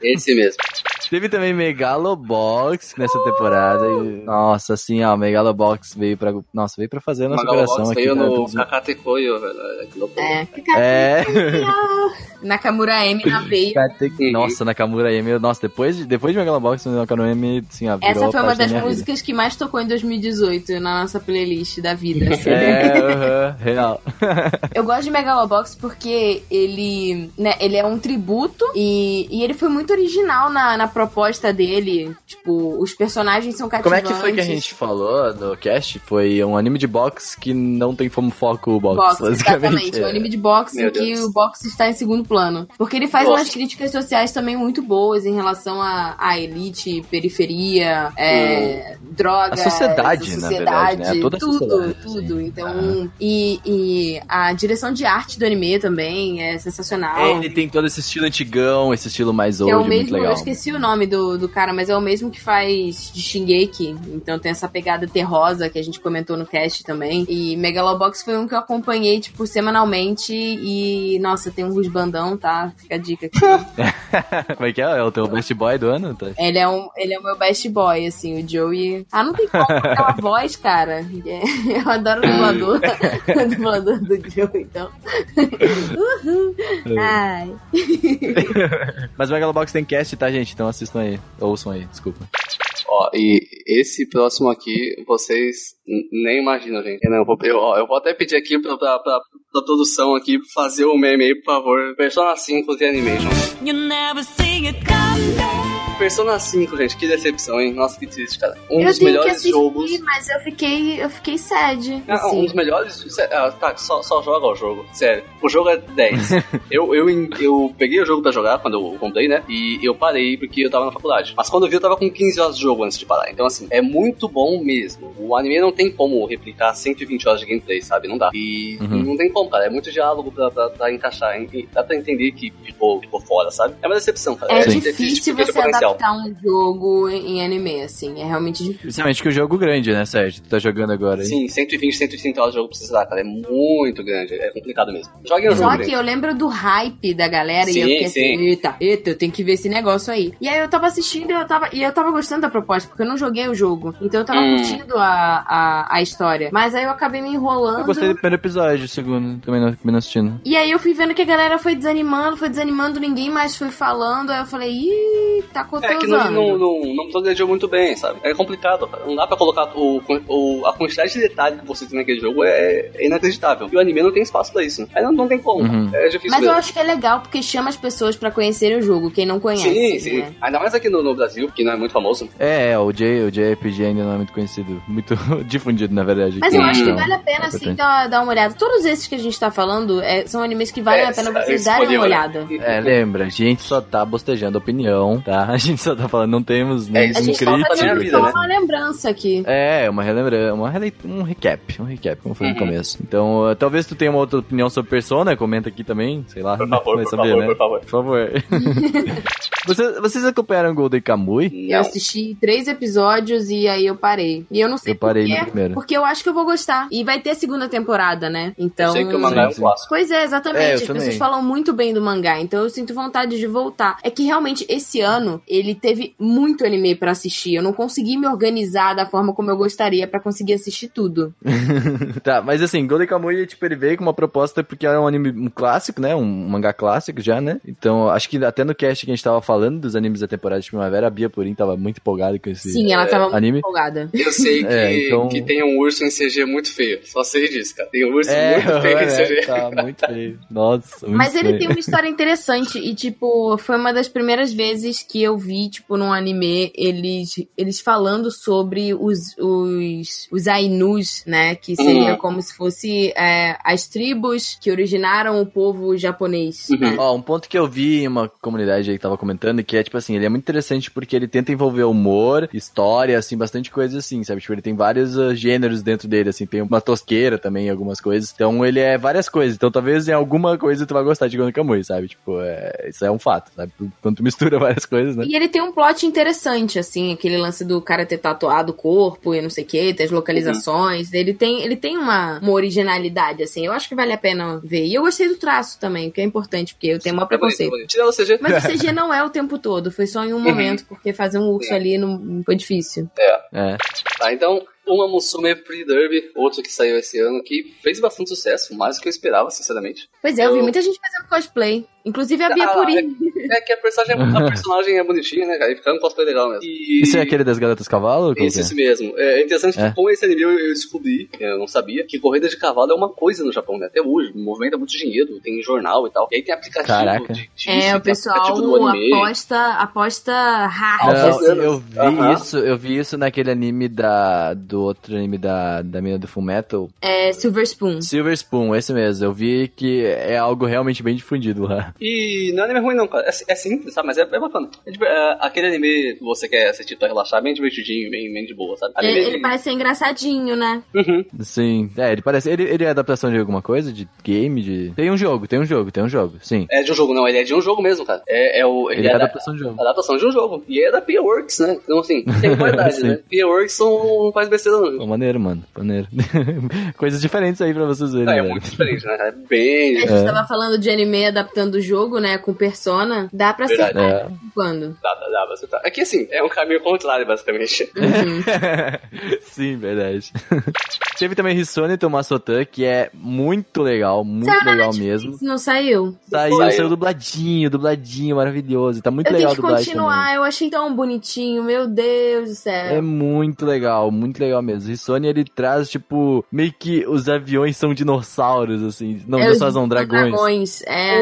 Esse mesmo.
Teve também Megalobox nessa temporada. e- nossa, assim, ó, Megalobox veio pra. Nossa, veio pra fazer a nossa
Magalobox
coração aqui.
veio
né,
no
do-
Kakatekoyo, velho. Que loucura.
É.
É.
Nakamura M na veia.
Kate- Nossa, Nakamura M. Nossa, depois de, depois de Megalobox, Nakamura M, assim, ó, virou
Essa foi
a
uma
parte da
das
minha vida.
músicas que mais tocou em 2018 na nossa playlist da vida. assim.
É, aham, real.
Eu gosto de Megalobox porque ele, né, ele é um tributo e, e ele foi muito original na, na proposta dele. Tipo, os personagens são
Como é
cativantes.
que foi que a gente falou no cast? Foi um anime de boxe que não tem como foco o boxe,
boxe,
basicamente.
exatamente. É um anime de boxe
Meu
em que
Deus.
o boxe está em segundo plano. Porque ele faz
Nossa.
umas críticas sociais também muito boas em relação à, à elite, periferia, é, droga.
A sociedade, na verdade, né? Toda a
tudo,
sociedade, assim. Ah.
tudo. Então,
Aham.
e, e a direção de arte do anime também é sensacional.
É, ele tem todo esse estilo antigão, esse estilo mais old,
Que é o
muito
mesmo, eu
legal.
esqueci o nome do, do cara, mas é o mesmo que faz de Shingeki. Então tem essa pegada terrosa que a gente comentou no cast também. E Megalobox foi um que eu acompanhei, tipo, semanalmente. E, nossa, tem um rusbandão, tá? Fica a dica aqui.
Como é que é? É o teu best boy do ano? Tá?
ele, é um, ele é o meu best boy, assim, o Joey. Ah, não tem como com aquela voz, cara. É, Eu adoro o dublador. o dublador do Joey, então. Uhul.
É.
Ai.
Mas o Megalobox tem cast, tá, gente? Então assistam aí. Ouçam aí, desculpa.
Ó, e esse próximo aqui, vocês n- nem imaginam, gente. Não, eu, vou, eu, ó, eu vou até pedir aqui pra, pra, pra, pra produção aqui fazer o meme aí, por favor. Persona 5 de Animation.
You never see it coming.
Persona 5, gente, que decepção, hein? Nossa, que triste, cara. Um
eu
dos
tenho que
melhores
assistir,
jogos.
mas eu fiquei, eu fiquei sad.
Ah,
assim.
um dos melhores. sé- Ah, tá, só, só joga o jogo. Sério. O jogo é 10. eu, eu, en- eu peguei o jogo pra jogar quando eu comprei, né? E eu parei porque eu tava na faculdade. Mas quando eu vi, eu tava com 15 horas de jogo antes de parar. Então, assim, é muito bom mesmo. O anime não tem como replicar 120 horas de gameplay, sabe? Não dá. E
Uhum.
não tem como, cara. É muito diálogo pra, pra, pra encaixar. hein? E Dá pra entender que ficou, ficou fora, sabe? É uma decepção, cara.
É
Sim.
difícil
porque tem
você adaptar um jogo em anime, assim. É realmente difícil.
Principalmente que o jogo grande, né, Sérgio? Tu tá jogando agora aí.
Sim, 120, 130 horas de jogo precisa dar, cara. É muito grande. É complicado mesmo. Joguem o jogo.
Só
gente.
que eu lembro do hype da galera
Sim,
e eu fiquei
sim.
assim, eita, eita, eu tenho que ver esse negócio aí. E aí eu tava assistindo e eu tava, e eu tava gostando da proposta, porque eu não joguei o jogo. Então eu tava
Hum.
curtindo a, a, a história. Mas aí eu acabei me enrolando.
Eu gostei do primeiro episódio, o segundo também não, também não assistindo.
E aí eu fui vendo que a galera foi desanimando, foi desanimando, ninguém mais foi falando. Aí eu falei, ih, tá
É
cotosando.
que não, não, não, não planejou muito bem, sabe? É complicado, cara. Não dá pra colocar o, o- a quantidade de detalhe que você tem naquele jogo é, é inacreditável. E o anime não tem espaço pra isso. Aí não, não tem como.
Uhum.
É difícil
Mas eu
mesmo.
acho que é legal, porque chama as pessoas pra conhecerem o jogo, quem não conhece.
Sim, sim.
né?
Ainda mais aqui no, no Brasil, que não é muito famoso.
É, é, o, J, o JRPG ainda não é muito conhecido. Muito difundido, na verdade.
Mas
aqui
eu
no
acho que
Japão.
vale a pena,
É
assim,
importante.
dar, dar uma olhada. Todos esses que a gente tá falando é, são animes que valem
É,
a pena
eu
vocês
escolhi,
darem uma
olha.
olhada.
É, lembra, a gente só tá bostejando opinião, tá? A gente só tá falando, não temos
É
nenhum
isso,
A gente
crítico.
tá fazendo
vida,
só
né?
uma lembrança aqui.
É, uma relembra, uma relei- um recap, um recap, como
Uhum.
foi no começo. Então, uh, talvez tu tenha uma outra opinião sobre Persona, né? comenta aqui também, sei lá.
Por favor,
vai
por
saber,
favor,
né?
por favor.
Por favor. vocês, vocês acompanharam o Golden Kamui?
Eu
Não.
assisti três episódios e aí eu parei. E eu não sei
Eu parei
por quê,
no primeiro.
porque eu acho que eu vou gostar. E vai ter segunda temporada, né? Então.
Eu sei que o mangá é um
Sim, sim.
clássico.
Pois é, exatamente.
É, eu
As
também.
pessoas falam muito bem do mangá, então eu sinto vontade de voltar. É que realmente esse ano ele teve muito anime pra assistir. Eu não consegui me organizar da forma como eu gostaria pra conseguir assistir tudo.
tá, mas assim, Golden Kamui, tipo, ele veio com uma proposta porque era um anime um clássico, né? Um mangá clássico já, né? Então, acho que até no cast que a gente tava falando dos animes da temporada de primavera, a Bia Purim tava muito empolgada com esse
Sim, ela tava muito
anime.
empolgada.
Eu sei que,
É, então-
que tem um urso em CG muito feio. Só sei disso, cara. Tem um urso muito feio em
é,
CG.
tá muito feio. Nossa, muito
Mas ele
feio.
tem um uma história interessante e, tipo, foi uma das primeiras vezes que eu vi, tipo, num anime, eles, eles falando sobre os, os, os Ainus, né? Que seria
Uhum.
como se fosse é, as tribos que originaram o povo japonês.
Uhum.
né?
Ó, um ponto que eu vi em uma comunidade aí que tava comentando, que é, tipo assim, ele é muito interessante porque ele tenta envolver humor, história, assim, bastante coisa assim, sabe? Tipo, ele tem vários ah, gêneros dentro dele, assim, tem uma tosqueira também, algumas coisas. Então, ele é várias coisas. Então, talvez em alguma coisa tu vai gostar de Gono Kamui, sabe? Tipo, é, isso é um fato, sabe? Tu- Quando tu mistura várias coisas, né?
E ele tem um plot interessante, assim, aquele lance do cara ter tatuado o corpo e não sei o que, ter as localizações. Ele tem, ele tem uma, uma originalidade, assim. Eu acho que vale a pena ver. E eu gostei do traço também, que é importante, porque eu tenho um
Tá bonito, tá
preconceito.
bonito. Tirando o CG,
Mas o CG não é o tempo todo, foi só em um momento, porque fazer um urso ali não foi difícil.
É.
Tá, então, uma Musume Pre-Derby, outro que saiu esse ano, que fez bastante sucesso, mais do que eu esperava, sinceramente.
Pois é, eu vi
Eu-
muita gente fazendo cosplay. Inclusive a Bia
Ah,
Purim.
É que a personagem, a personagem é bonitinha, né, cara? E ficando um cosplay legal mesmo. E...
Isso é aquele das garotas cavalo? Como
Isso,
que é?
isso mesmo. É interessante
É.
que com esse anime eu, eu descobri, eu não sabia, que corrida de cavalo é uma coisa no Japão, né? Até hoje, movimenta muito dinheiro, tem jornal e tal. E aí tem aplicativo
Caraca.
de, disso,
É,
tem
o pessoal
aplicativo tipo do anime.
aposta, aposta hard.
Não,
assim,
Altas
eu vi
Aham.
isso, eu vi isso naquele anime da. do outro anime da, da mina do Full Metal.
É Silver Spoon.
Silver Spoon, esse mesmo. Eu vi que é algo realmente bem difundido lá.
E não é anime ruim, não, cara. É, si- é simples, sabe? Mas é, é bacana. É diver- é aquele anime que você quer assistir pra relaxar, bem divertidinho, bem, bem de boa, sabe?
É, Ele,
Anime
ele parece ser engraçadinho, né?
Uhum.
Sim. É, ele parece. Ele, ele é adaptação de alguma coisa? De game? De. Tem um jogo, tem um jogo, tem um jogo. Sim.
É de um jogo, não. Ele é de um jogo mesmo, cara. É, é o, ele
Ele é
é da-
adaptação de jogo.
adaptação de um jogo. E é da Peerworks, né? Então, assim, tem qualidade,
Sim.
né? Peerworks não não faz besteira, não.
Pô, maneiro, mano. Maneiro. Coisas diferentes aí pra vocês verem.
Ah, é
velho.
muito diferente, né? cara? É bem.
A gente tava falando de anime adaptando o jogo, né? Com persona. Dá pra
Verdade.
acertar
É.
de vez em quando.
Dá, dá, dá pra acertar. É que assim, é um caminho contrário, basicamente.
Uhum.
É. Sim, verdade. Teve também Hissone Tomasotan, que é muito legal, muito
Saiu na
legal
Netflix,
mesmo.
Não saiu.
Saiu,
Saiu.
saiu dubladinho, dubladinho, maravilhoso. Tá muito
eu
legal
tenho
o
que
dublagem também.
continuar, eu achei tão bonitinho, meu Deus do
É
céu.
muito legal, muito legal mesmo. E Sony ele traz, tipo, meio que os aviões são dinossauros, assim. Não,
É,
dinossauros não,
os
dragões.
Dragões, é.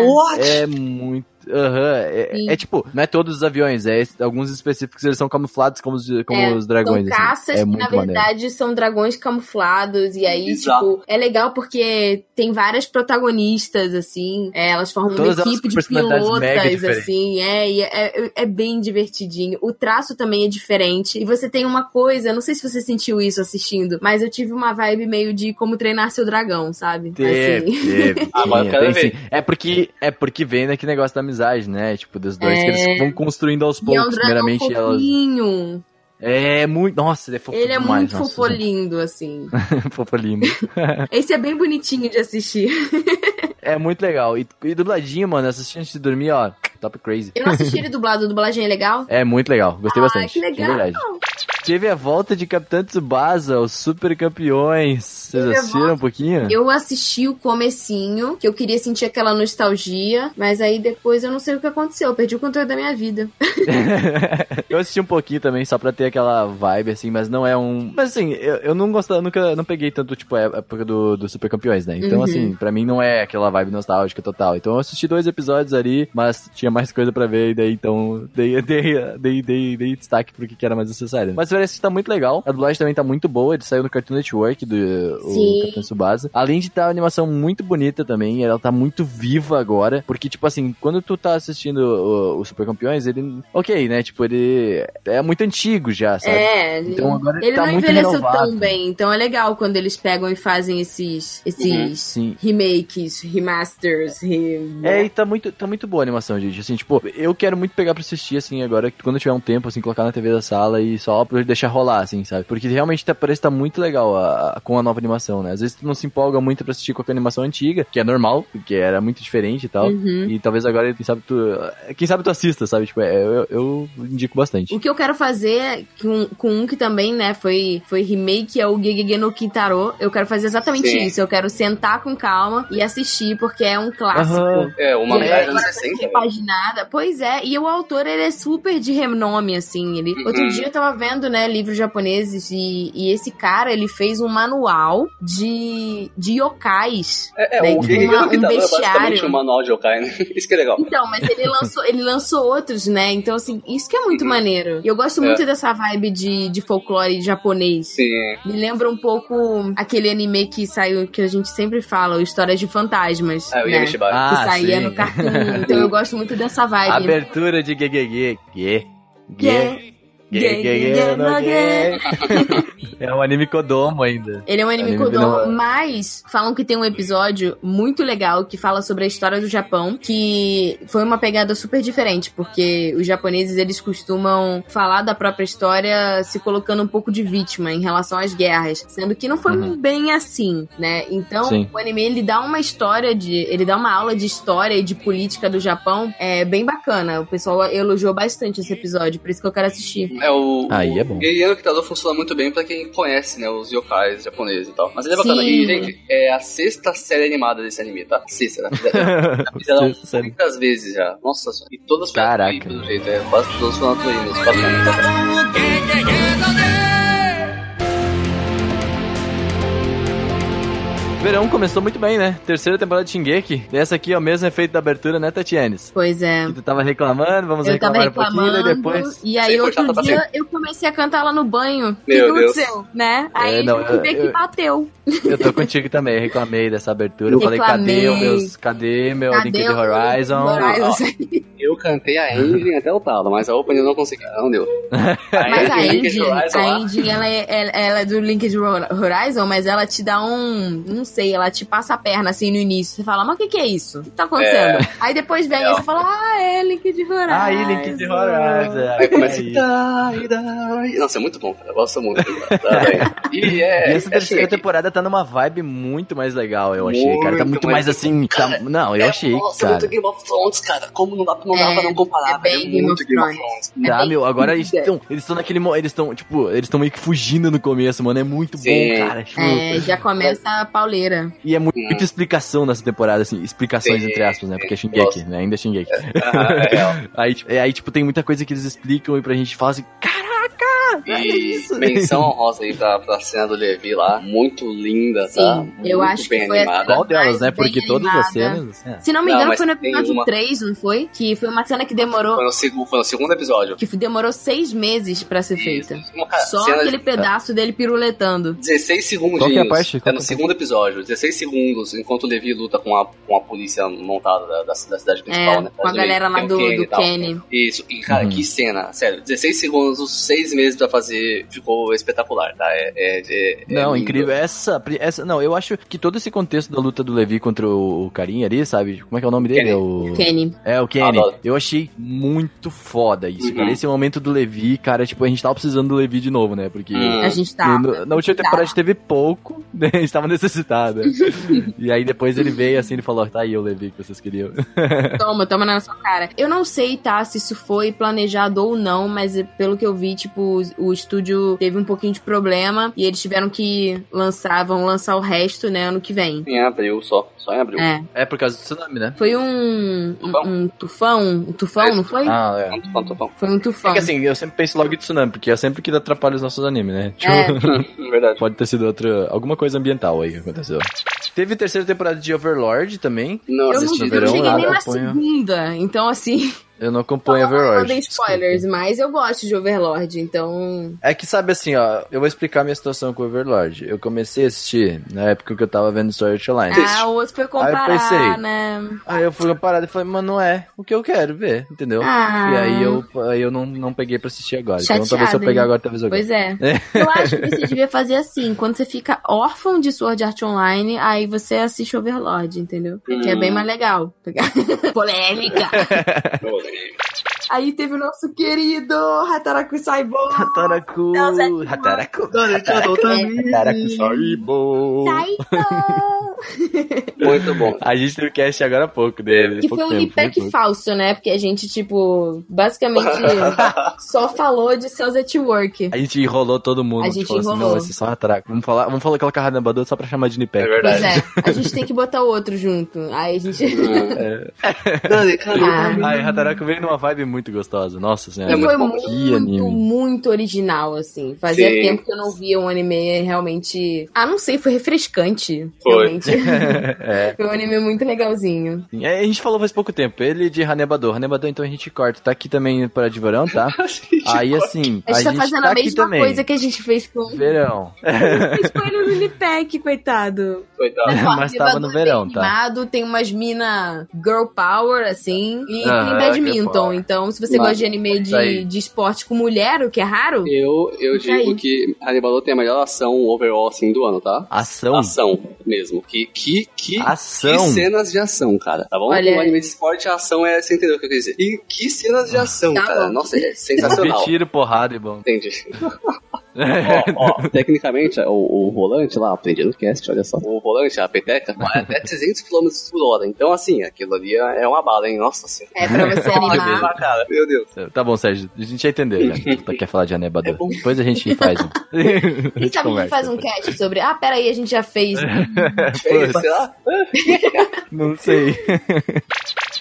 É muito. Aham, é,
Sim.
é tipo, não é todos os aviões, é es- alguns específicos eles são camuflados como os, como
É,
os dragões.
São
assim.
caças
É
que,
muito
na
maneiro.
verdade, são dragões camuflados. E aí,
Exato.
tipo, é legal porque tem várias protagonistas, assim. é, elas formam
Todas
uma
elas
equipe
com
de
personalidades mega
pilotas,
diferentes.
assim. É, e é, é- é bem divertidinho. O traço também é diferente. E você tem uma coisa, eu não sei se você sentiu isso assistindo, mas eu tive uma vibe meio de como treinar seu dragão, sabe?
Teve,
Assim.
teve,
Agora Ah, eu
tinha,
quero
é, tem
ver.
sim. É porque, é porque vem daquele negócio da amizade, né? Tipo, dos dois que eles vão construindo aos
E é um
poucos.
dragão
Primeiramente, elas.
fofinho.
É muito. Nossa, ele é fofo
Ele é
demais,
muito
nossa,
fofolindo, assim.
fofolino.
Esse é bem bonitinho de assistir.
É muito legal. E, e dubladinho, mano, assistindo antes de dormir, ó, top crazy.
Eu não assisti ele dublado, a dublagem é legal?
É muito legal, gostei
Ah,
bastante.
que
de
legal.
verdade. Teve a volta de Capitã Tsubasa, os super campeões. Vocês
Teve a
assistiram um pouquinho?
Eu assisti o comecinho, que eu queria sentir aquela nostalgia, mas aí depois eu não sei o que aconteceu, eu perdi o controle da minha vida.
Eu assisti um pouquinho também, só pra ter aquela vibe, assim, mas não é um. Mas assim, eu, eu não gostava, nunca não peguei tanto, tipo, a época do, do Super Campeões, né? Então,
Uhum.
assim, pra mim não é aquela vibe nostálgica total. Então eu assisti dois episódios ali, mas tinha mais coisa pra ver, e daí então dei, dei, dei, dei, dei destaque pro que que era mais necessário. Mas parece que tá muito legal. A dublagem também tá muito boa. Ele saiu no Cartoon Network do
Sim.
o Capitão Tsubasa. Além de estar tá uma animação muito bonita também, ela tá muito viva agora. Porque, tipo assim, quando tu tá assistindo o, o Super Campeões, ele. Ok, né? Tipo, ele é muito antigo já, sabe?
É, ele-
Então agora ele
ele
tá
não
muito
envelheceu
renovado.
tão bem, então é legal quando eles pegam e fazem esses, esses
Uhum. Sim.
remakes, remasters, re...
É, e tá muito, tá muito boa a animação, gente. Assim, tipo, eu quero muito pegar pra assistir, assim, agora, quando eu tiver um tempo, assim, colocar na TV da sala e só pra deixar rolar, assim, sabe? Porque realmente tá, parece que tá muito legal a- a- com a nova animação, né? Às vezes tu não se empolga muito pra assistir qualquer animação antiga, que é normal, porque era muito diferente e tal.
Uhum.
E talvez agora, quem sabe tu. Quem sabe tu assista, sabe? Tipo, é, eu, eu indico bastante.
O que eu quero fazer com, com um que também, né, foi, foi remake, é o Gegege no Kitaro. Eu quero fazer exatamente
Sim.
isso. Eu quero sentar com calma e assistir, porque é um clássico.
Aham.
É, o mangá é
É,
dos anos
agora
60. né?
repaginada. Pois é, e o autor, ele é super de renome, assim. Ele...
Uhum.
Outro dia eu tava vendo, né, livros japoneses e, e esse cara, ele fez um manual de, de yokais.
É, é,
Bem,
o
tipo,
Guerreiro
uma-
do
um
Kitaro é basicamente
bestiário.
um manual de yokai, né? Isso que é legal.
Então, mas ele lançou, ele lançou outros, né? Então, assim, isso que é muito
Uhum.
maneiro. E eu gosto muito dessa vibe de, de folclore japonês.
Sim,
Me lembra um pouco aquele anime que saiu, que a gente sempre fala, o Histórias de Fantasmas.
é o
né?
Yamishi Bari.
que
Ah,
saía
sim.
no cartoon. Então eu gosto muito dessa vibe. né?
Abertura de Gegege. Ge. Ge.
Que-
Ge- ge- ge-
ge-
no-
ge.
ge. É um anime Kodomo ainda.
Ele é um anime
Anime
Kodon,
não-
mas falam que tem um episódio muito legal que fala sobre a história do Japão, que foi uma pegada super diferente, porque os japoneses eles costumam falar da própria história se colocando um pouco de vítima em relação às guerras, sendo que não foi
Uhum.
bem assim, né? Então,
Sim.
o anime ele dá uma história de, ele dá uma aula de história e de política do Japão, é bem bacana. O pessoal elogiou bastante esse episódio, por isso que eu quero assistir.
É o.
Aí é
o
bom.
Guerreiro Kitaro funciona muito bem pra quem conhece, né? Os yokais japoneses e tal. Mas ele é bacana.
Sim.
E, gente, é a sexta série animada desse anime, tá? Sexta, né? Já fizeram
Sexta série.
muitas vezes já. Nossa senhora. E todas foram
Caraca.
Toei, pelo jeito. É, quase todas foram Toei mesmo. né? Quase todas.
Verão começou muito bem, né? Terceira temporada de Shingeki. Essa aqui é o mesmo efeito da abertura, né, Tatianes?
Pois é.
Que tu tava reclamando, vamos
Eu tava
reclamar um
reclamando,
pouquinho e depois.
e aí
Sempre
outro
chata pra
dia eu comecei a cantar lá no banho. O que
tá Meu Deus.
aconteceu, né?
É,
Aí
não,
eu fui ver
eu-
que
eu-
bateu.
Eu tô contigo também, reclamei dessa abertura. Eu falei,
Reclamei.
cadê o meus. Cadê meu
Cadê
Linked
o
Horizon?
Horizon?
Eu cantei a Engine até o talo, mas a Open eu não consegui. Não deu.
Mas a Andy,
Horizon
a
lá,
Andy ela, é, ela- ela é do Linked Hor- Horizon, mas ela te dá um. Não sei, ela te passa a perna assim no início. Você fala, mas o que, que é isso? O que tá acontecendo? Aí depois vem e
Não.
você fala, ah, é Linked Horizon.
Ah, aí, Linked Horizon.
Aí começa.
Aí.
Dai, dai. Nossa, é muito bom, cara. Eu gosto muito. Tá Dai. E
E
é.
essa
é
terceira
Shingeki.
temporada tá numa vibe muito mais legal, eu achei, cara. Tá
Muito
muito
mais
mais assim. tá- Não, eu achei,
É, Nossa,
cara.
muito Game of Thrones, cara. Como não dá pra, não dá
É,
pra não comparar,
é bem
velho.
Game
muito
of
Thrones.
É
Tá,
bem
meu, agora eles
fluida.
estão. Eles estão naquele. mo- Eles estão, tipo, eles estão meio que fugindo no começo, mano. É muito
Sim.
bom, cara. Tipo,
É, já começa a pauleira.
E é mu-
Hum.
muita explicação nessa temporada, assim, explicações
Sim,
entre aspas, né? Porque é
gosto.
Shingeki, né? Ainda é Shingeki.
Ah, é real.
aí, tipo, é, aí, tipo, tem muita coisa que eles explicam e pra gente fala assim, caraca! é
E
isso.
menção honrosa aí pra, pra cena do Levi lá. Muito linda, tá?
Sim, eu
Muito
acho que
bem
foi essa-
animada.
Qual delas, né?
Mas bem
Porque todas as
animada.
cenas. é.
Se não me
Não,
engano,
mas
foi no
tem
episódio
uma-
3, não foi? Que foi uma cena que demorou.
Foi no, segu- foi no segundo episódio.
que demorou seis meses pra ser feita.
Uma
Ah,
ca-
Só
cena
tá.
aquele pedaço dele piruletando.
16 segundos.
Qual que é a parte?
É
Qual
no
que é a
segundo episódio. 16 segundos, enquanto o Levi luta com a, com a polícia montada da, da- da cidade principal,
É,
né?
com a
Tem
galera lá
o
do,
Kenny
do
e tal.
Kenny.
Isso, e cara,
Uhum.
que cena, sério. 16 segundos, os 6 meses pra fazer, ficou espetacular, tá? É, é- é-
Não,
é lindo.
incrível. Essa, pri- essa. Não, eu acho que todo esse contexto da luta do Levi contra o, o carinha ali, sabe? Como é que é o nome dele?
Kenny.
É o.
Kenny.
É, o Kenny.
Adoro.
Eu achei muito foda isso,
Uhum.
cara. Esse é momento do Levi, cara, tipo, a gente tava precisando do Levi de novo, né? Porque.
Hum.
A gente
E
tá.
no- na última
tá.
temporada a gente teve pouco, né? a gente tava necessitado. e aí depois ele veio assim, ele falou, tá aí eu levei que vocês queriam.
Toma, toma na sua cara. Eu não sei, tá, se isso foi planejado ou não, mas eh, pelo que eu vi, tipo, o estúdio teve um pouquinho de problema e eles tiveram que lançar, vão lançar o resto, né, ano que vem.
Em abril só, só em abril.
É.
É por causa do tsunami, né?
Foi um.
Tufão.
Um tufão? Um tufão, não foi?
Ah, é.
Quanto, quanto, quanto.
Foi um tufão.
É que assim, eu sempre penso logo em tsunami, porque é sempre que atrapalha os nossos animes, né? Tipo,
É.
Hum, Verdade.
pode ter sido outra. alguma coisa ambiental aí que aconteceu. Teve terceira temporada de Overlord também.
Não
Eu
assisti
não,
no
eu
verão,
não cheguei
nada,
nem na
apanha.
segunda. Então, assim,
Eu não acompanho
Não
Overwatch.
dei
desculpa.
spoilers, mas eu gosto de Overlord, então.
É que sabe assim, ó, eu vou explicar minha situação com Overlord. Eu comecei a assistir na época que eu tava vendo Sword Art Online.
Ah, o outro foi comparar,
pensei.
né?
Aí eu fui uma parada e falei, mano, não é o que eu quero ver, entendeu?
Ah.
então, E aí eu, aí eu não, não peguei pra assistir agora. então talvez se eu
Chateada,
pegar
hein?
agora, talvez eu
Pois é.
É.
Eu acho que você devia fazer assim. Quando você fica órfão de Sword Art Online, aí você assiste Overlord, entendeu? Que é bem
Hum.
mais legal. Polêmica! Aí teve o nosso querido Hataraku Saibou.
Hataraku,
Não, Zé,
Hataraku,
Muito
Hataraku, Saibo.
Saibou!
bom.
A gente teve cast agora há pouco dele.
Que
pouco
foi um
tempo,
lipec
muito pouco.
falso, né? Porque a gente, tipo, basicamente só falou de seus at work.
A gente enrolou todo mundo.
A
gente
gente
falou assim,
enrolou.
não, vai ser só Hataraku. Vamos falar, vamos falar aquela carranabadora só pra chamar de
É
Nipec.
verdade.
Pois é, a gente tem que botar o outro junto. Aí a gente.
Dani, cara,
é. Ah,
Ai, Hataraku veio numa vibe muito gostosa. Nossa senhora.
É
e foi
muito
muito,
bom.
Que anime.
muito original, assim. Fazia
Sim.
tempo que eu não via um anime realmente. Ah, não sei, foi refrescante.
Foi.
Realmente.
É.
Foi um anime muito legalzinho.
Sim, é, a gente falou faz pouco tempo, ele de Hanebador. Hanebador, então a gente corta. Tá aqui também para de verão, tá? Aí assim,
A gente tá fazendo
tá
a
aqui
mesma
também.
coisa que a gente fez com.
Verão.
Mas foi no Minipec, coitado.
coitado.
Mas tava no verão,
bem
tá?
Animado, tem umas mina girl power, assim, e
Ah,
tem
girl power.
badminton. Então, se você
Mas,
gosta de anime
isso aí.
de, de esporte com mulher, o que é raro,
Eu, eu
Fica
digo
aí.
que Hannibal tem a melhor ação overall assim do ano, tá?
Ação.
Ação mesmo. Que, que, que,
Ação.
que cenas de ação, cara. Tá bom?
Olha-
Um anime de esporte, a ação é. Você entendeu o que eu quis dizer? E que cenas
Ah.
de ação,
Tá
cara.
bom.
Nossa, é
De
sensacional.
tiro, porrada e bom.
Entende?
É.
ó, ó, tecnicamente, o, o volante lá, aprendi no cast, olha só. O volante, a peteca, vai até 300 km por hora. Então, assim, aquilo ali é uma bala, hein? Nossa senhora.
é pra você animar.
Ah, cara, meu Deus.
Tá bom, Sérgio. A gente já entendeu, já. Tu quer falar de
É
Hanebador. Depois a gente faz um. A
Quem
gente
sabe a gente
conversa
faz um
depois.
cast sobre. Ah, peraí, a gente já fez.
Ei, será?
Não sei.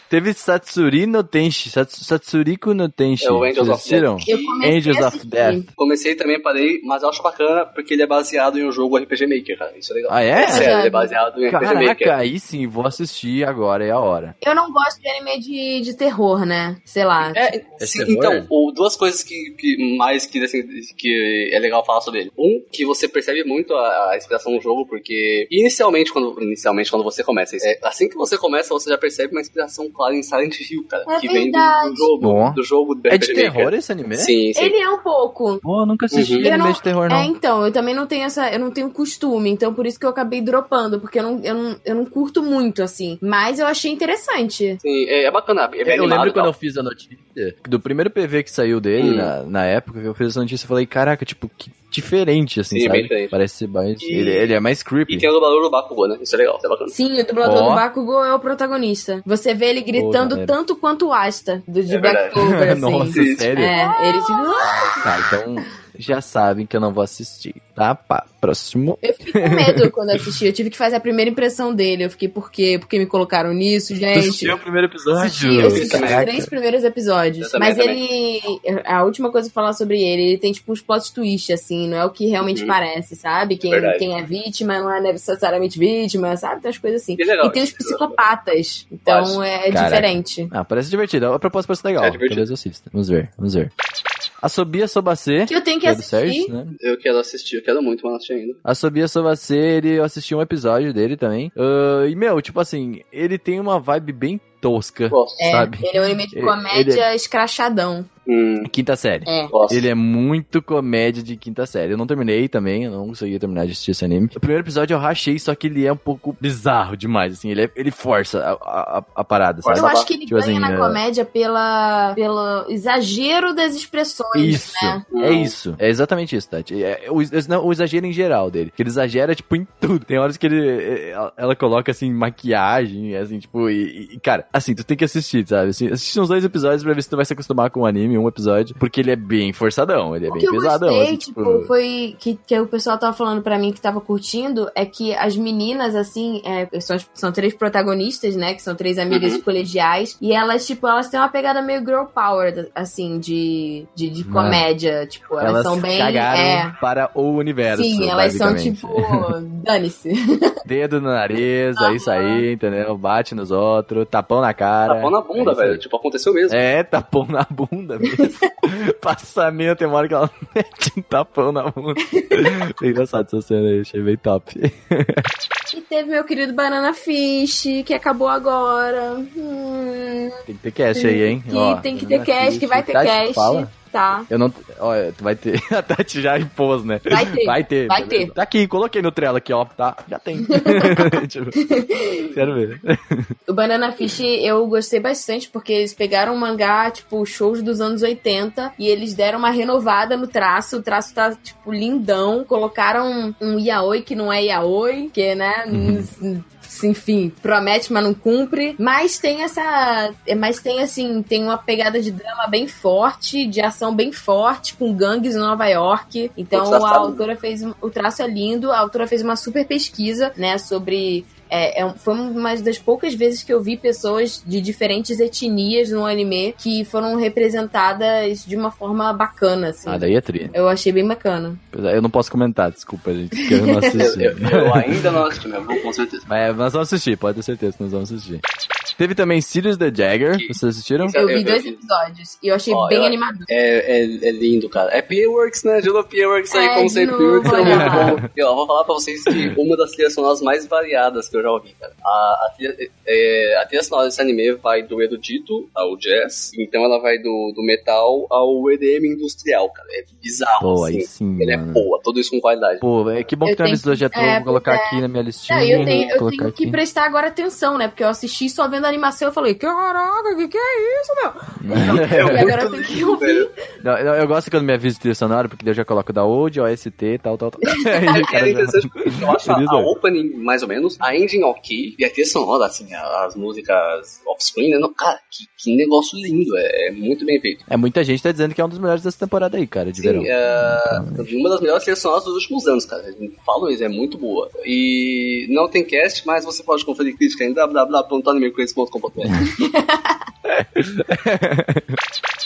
Teve Satsuri no Tenshi. Sats- Satsuriko no Tenshi.
É o Angels
Vocês
of Death.
assistiram?
Eu comecei
Angels
a
of
assistir.
Death.
Comecei também, parei, mas eu acho bacana porque ele é baseado em um jogo RPG Maker, cara. Isso é legal.
Ah, é?
Sério, ele é baseado em RPG
Caraca,
Maker.
aí sim, vou assistir agora, é a hora.
Eu não gosto de anime de, de terror, né? Sei lá.
É,
É
sim,
terror?
então, ou duas coisas que, que mais que, assim, que é legal falar sobre ele. Um, que você percebe muito a, a inspiração no jogo, porque inicialmente quando, inicialmente, quando você começa, é, assim que você começa, você já percebe uma inspiração clara em Silent Hill, cara.
É
que vem do- do,
verdade.
Ó.
jogo. Do jogo do
É
RPG
de
Maker.
terror esse anime?
Sim, sim.
Ele é um pouco.
Pô, nunca assisti
Uhum.
anime
Eu não-
de terror,
É,
não.
então, eu também não tenho essa. Eu não tenho costume, então por isso que eu acabei dropando, porque eu não, eu não, eu não curto muito, assim. Mas eu achei interessante.
Sim, é, é bacana. É bem
eu
animado,
lembro
e tal.
quando eu fiz a notícia do primeiro PV que saiu dele,
Hum.
na, na época que eu fiz essa notícia, eu falei, caraca, tipo, que diferente, assim,
Sim, é bem
sabe?
diferente.
Parece ser mais...
E-
Ele, ele é mais creepy.
E tem o dublador do Bakugo, né? Isso é legal, isso é bacana.
Sim, o dublador
Ó.
do Bakugo é o protagonista. Você vê ele gritando
maneiro.
tanto quanto o Asta, do de
É
Black
verdade.
Clover, assim.
Nossa,
Sim.
sério?
É, ele tipo. "Ah!"
Tá, então já sabem que eu não vou assistir, tá? Pá, próximo.
Eu fiquei com medo quando eu assisti. Eu tive que fazer a primeira impressão dele. Eu fiquei, por quê? Por que me colocaram nisso, gente?
o primeiro
assisti, eu assisti os
Caraca.
três primeiros episódios.
Eu também,
mas ele. A última coisa que eu falar sobre ele, ele tem tipo uns plot twist, assim, não é o que realmente
Uhum.
parece, sabe? Quem,
Verdade.
quem é vítima não é necessariamente vítima, sabe? Tem as coisas assim.
Que legal
e tem os
isso.
psicopatas. Então é
Caraca.
diferente.
Ah, parece divertido. A proposta parece legal.
É divertido.
Talvez eu assista. Vamos ver, vamos ver. Assobia Sobacê.
Que eu tenho que
Que é do
assistir.
Sérgio, né?
Eu quero assistir, eu quero muito, mas não assisti ainda.
Assobia Sobacê, ele, eu assisti um episódio dele também. Ah, e, meu, tipo assim, ele tem uma vibe bem tosca,
Gosto.
É,
sabe?
ele é um anime de
né? Ele-
comédia escrachadão.
Hum,
Quinta série.
É.
gosto.
Ele é muito comédia de quinta série. Eu não terminei também, eu não consegui terminar de assistir esse anime. O primeiro episódio eu rachei, só que ele é um pouco bizarro demais, assim. Ele, é- ele força a, a- a parada, sabe?
Eu
Força
acho que ele
Tipo
ganha
assim,
na
é-
comédia pela, pelo exagero das expressões,
Isso,
né?
é isso. É exatamente isso, Tati. É, o, ex- não, o exagero em geral dele. Que ele exagera, tipo, em tudo. Tem horas que ele. é, Ela, ela coloca, assim, maquiagem, assim, tipo. E, e, cara, assim, tu tem que assistir, sabe? Assim, assiste uns dois episódios pra ver se tu vai se acostumar com o anime, um episódio. Porque ele é bem forçadão, ele é
O
bem
que eu
pesadão.
gostei,
assim,
tipo, foi que, que o pessoal tava falando pra mim que tava curtindo, é que as meninas, assim, é, são, as- são três protagonistas, né? Que são três
Uhum.
amigas colegiais. E elas, tipo, elas têm uma pegada meio girl power, assim, de, de, de
Mano.
comédia. Tipo, elas,
elas
são bem.
cagaram
é,
para o universo.
Sim, elas são
basicamente.
tipo. Dane-se.
dedo no nariz, é isso aí, entendeu? Bate nos outros, tapão na cara.
Tapão Tá na bunda,
É isso aí.
velho. Tipo, aconteceu mesmo.
É, tapão na bunda mesmo. Passamento, tem uma hora que ela mete um tapão na bunda. É engraçado essa cena aí, achei bem top.
E teve meu querido Banana Fish, que acabou agora. Hum,
Tem que ter cash aí, hein?
que
Ó,
tem que ter cast, que vai ter
Tati,
cast.
Fala.
Tá.
Eu não. Olha, tu vai ter. A Tati já impôs, né?
Vai ter.
Vai ter.
Vai
beleza.
ter.
Tá aqui, coloquei no trela aqui, ó. Tá, já tem. Tipo, quero ver.
O Banana Fish eu gostei bastante porque eles pegaram um mangá, tipo, shows dos anos 80 e eles deram uma renovada no traço. O traço tá, tipo, lindão. Colocaram um yaoi que não é yaoi, que, né? Enfim, promete, mas não cumpre. Mas tem essa. é, Mas tem, assim, tem uma pegada de drama bem forte, de ação bem forte, com gangues em Nova York. Então
Putz, essa-
a autora fez. O traço é lindo, a autora fez uma super pesquisa, né, sobre é, é um- foi uma das poucas vezes que eu vi pessoas de diferentes etnias no anime que foram representadas de uma forma bacana, assim.
Ah, daí é tri.
Eu achei bem bacana.
Pois é, Eu não posso comentar, desculpa, gente, porque eu não
Eu,
assisti.
eu- eu ainda não assisti, né? Vou, com certeza.
Mas nós vamos assistir, pode ter certeza, que nós vamos assistir. Teve também Sirius the Jagger, vocês assistiram?
Isso é-
Eu
eu-
vi
eu
dois
vi.
episódios e eu achei
Ó,
bem
eu-
animado.
É, é, é lindo, cara. É P-Works, né? De novo P-Works aí,
É,
como
de
sempre.
novo,
P-Works é
olha
muito
lá.
bom. E, ó, vou falar pra vocês que uma das trilhas sonoras mais variadas que eu já ouvi, cara. A, a, trilha, é, a trilha sonora desse anime vai do erudito ao jazz, então ela vai do, do metal ao EDM industrial, cara. É bizarro,
Pô,
assim.
aí sim,
Ele é
mano.
boa, tudo isso com qualidade.
Pô, é que bom que
Eu
tem uma
tenho-
metodologia
é,
toda, vou colocar
pois é.
aqui na minha
Não,
listinha.
eu tenho, eu
colocar
tenho que
aqui.
prestar agora atenção, né? Porque eu assisti só vendo a animação eu falei, caraca, que que é isso, meu? e agora eu tenho que ouvir.
Não, eu, eu gosto quando me avisa de trilha sonora, porque daí eu já coloco da OD, OST, tal, tal, tal. Aí o cara
É
já-
interessante porque eu acho a,
Beleza.
a opening mais ou menos, a ending ok, e a trilha sonora, assim, a- as músicas off-screen, né? Não, cara, que, que negócio lindo, é, é muito bem feito.
É, muita gente tá dizendo que é um dos melhores dessa temporada aí, cara, de verão.
Sim, é, uma das melhores trilhas sonoras dos últimos anos, cara. Falo isso, é muito boa. E não tem cast, mas você pode conferir crítica em www.animecrazy.com.br.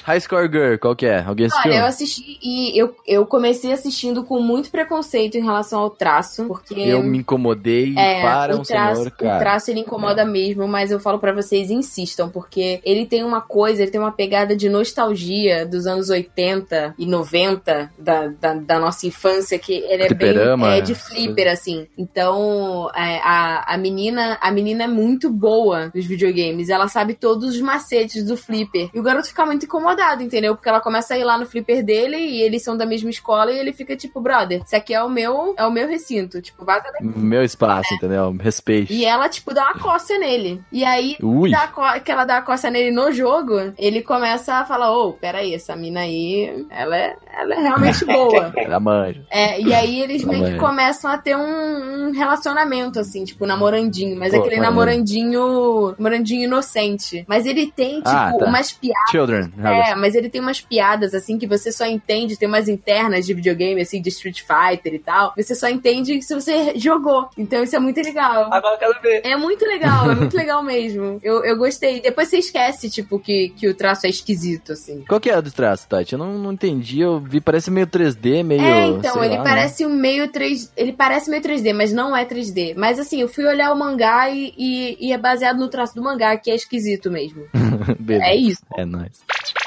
High Score Girl, qual que é? Alguém assistiu?
Olha, eu assisti e eu, eu comecei assistindo com muito preconceito em relação ao traço, porque
Eu me incomodei
assim, É,
para
o
um
traço,
senhor,
o
cara.
traço ele incomoda mesmo, mas eu falo pra vocês, insistam, porque ele tem uma coisa, ele tem uma pegada de nostalgia dos anos 80 e 90 da, da, da nossa infância, que ele é
Fliperama,
bem é, de
essas
flipper, assim. Então, é, a, a menina a menina é muito boa nos videogames, ela sabe todos os macetes do flipper. E o garoto fica muito incomodado, entendeu? Porque ela começa a ir lá no flipper dele e eles são da mesma escola e ele fica tipo, brother, isso aqui é o meu, é o meu recinto, tipo, vaza daqui.
Meu espaço, entendeu? Respeite.
E ela, tipo, dá uma coça nele. E aí,
Ui,
dá a co- que ela dá a coça nele no jogo, ele começa a falar, ô, peraí, essa mina aí, ela é, ela é realmente boa.
ela manja.
É, e aí eles meio que
Também.
começam a ter um, um relacionamento, assim, tipo, namorandinho. Mas
Pô,
aquele
maneiro.
namorandinho, namorandinho inocente. Mas ele tem, tipo,
Ah, tá.
umas piadas.
Children.
É, mas ele tem umas piadas, assim, que você só entende, tem umas internas de videogame, assim, de Street Fighter e tal. Você só entende se você jogou. Então isso é muito legal.
Agora eu quero ver.
É muito legal, é muito legal mesmo. Eu, eu gostei. Depois você esquece, tipo, que, que o traço é esquisito, assim.
Qual que é a do traço, Tati? Eu não, não entendi, eu vi, parece meio 3D, meio.
É, então,
sei
ele
lá, né?
parece um meio 3 Ele parece meio 3D, mas não é 3D. Mas assim, eu fui olhar o mangá e, e, e é baseado no traço do mangá, que é esquisito mesmo.
Beleza.
É isso.
É nóis.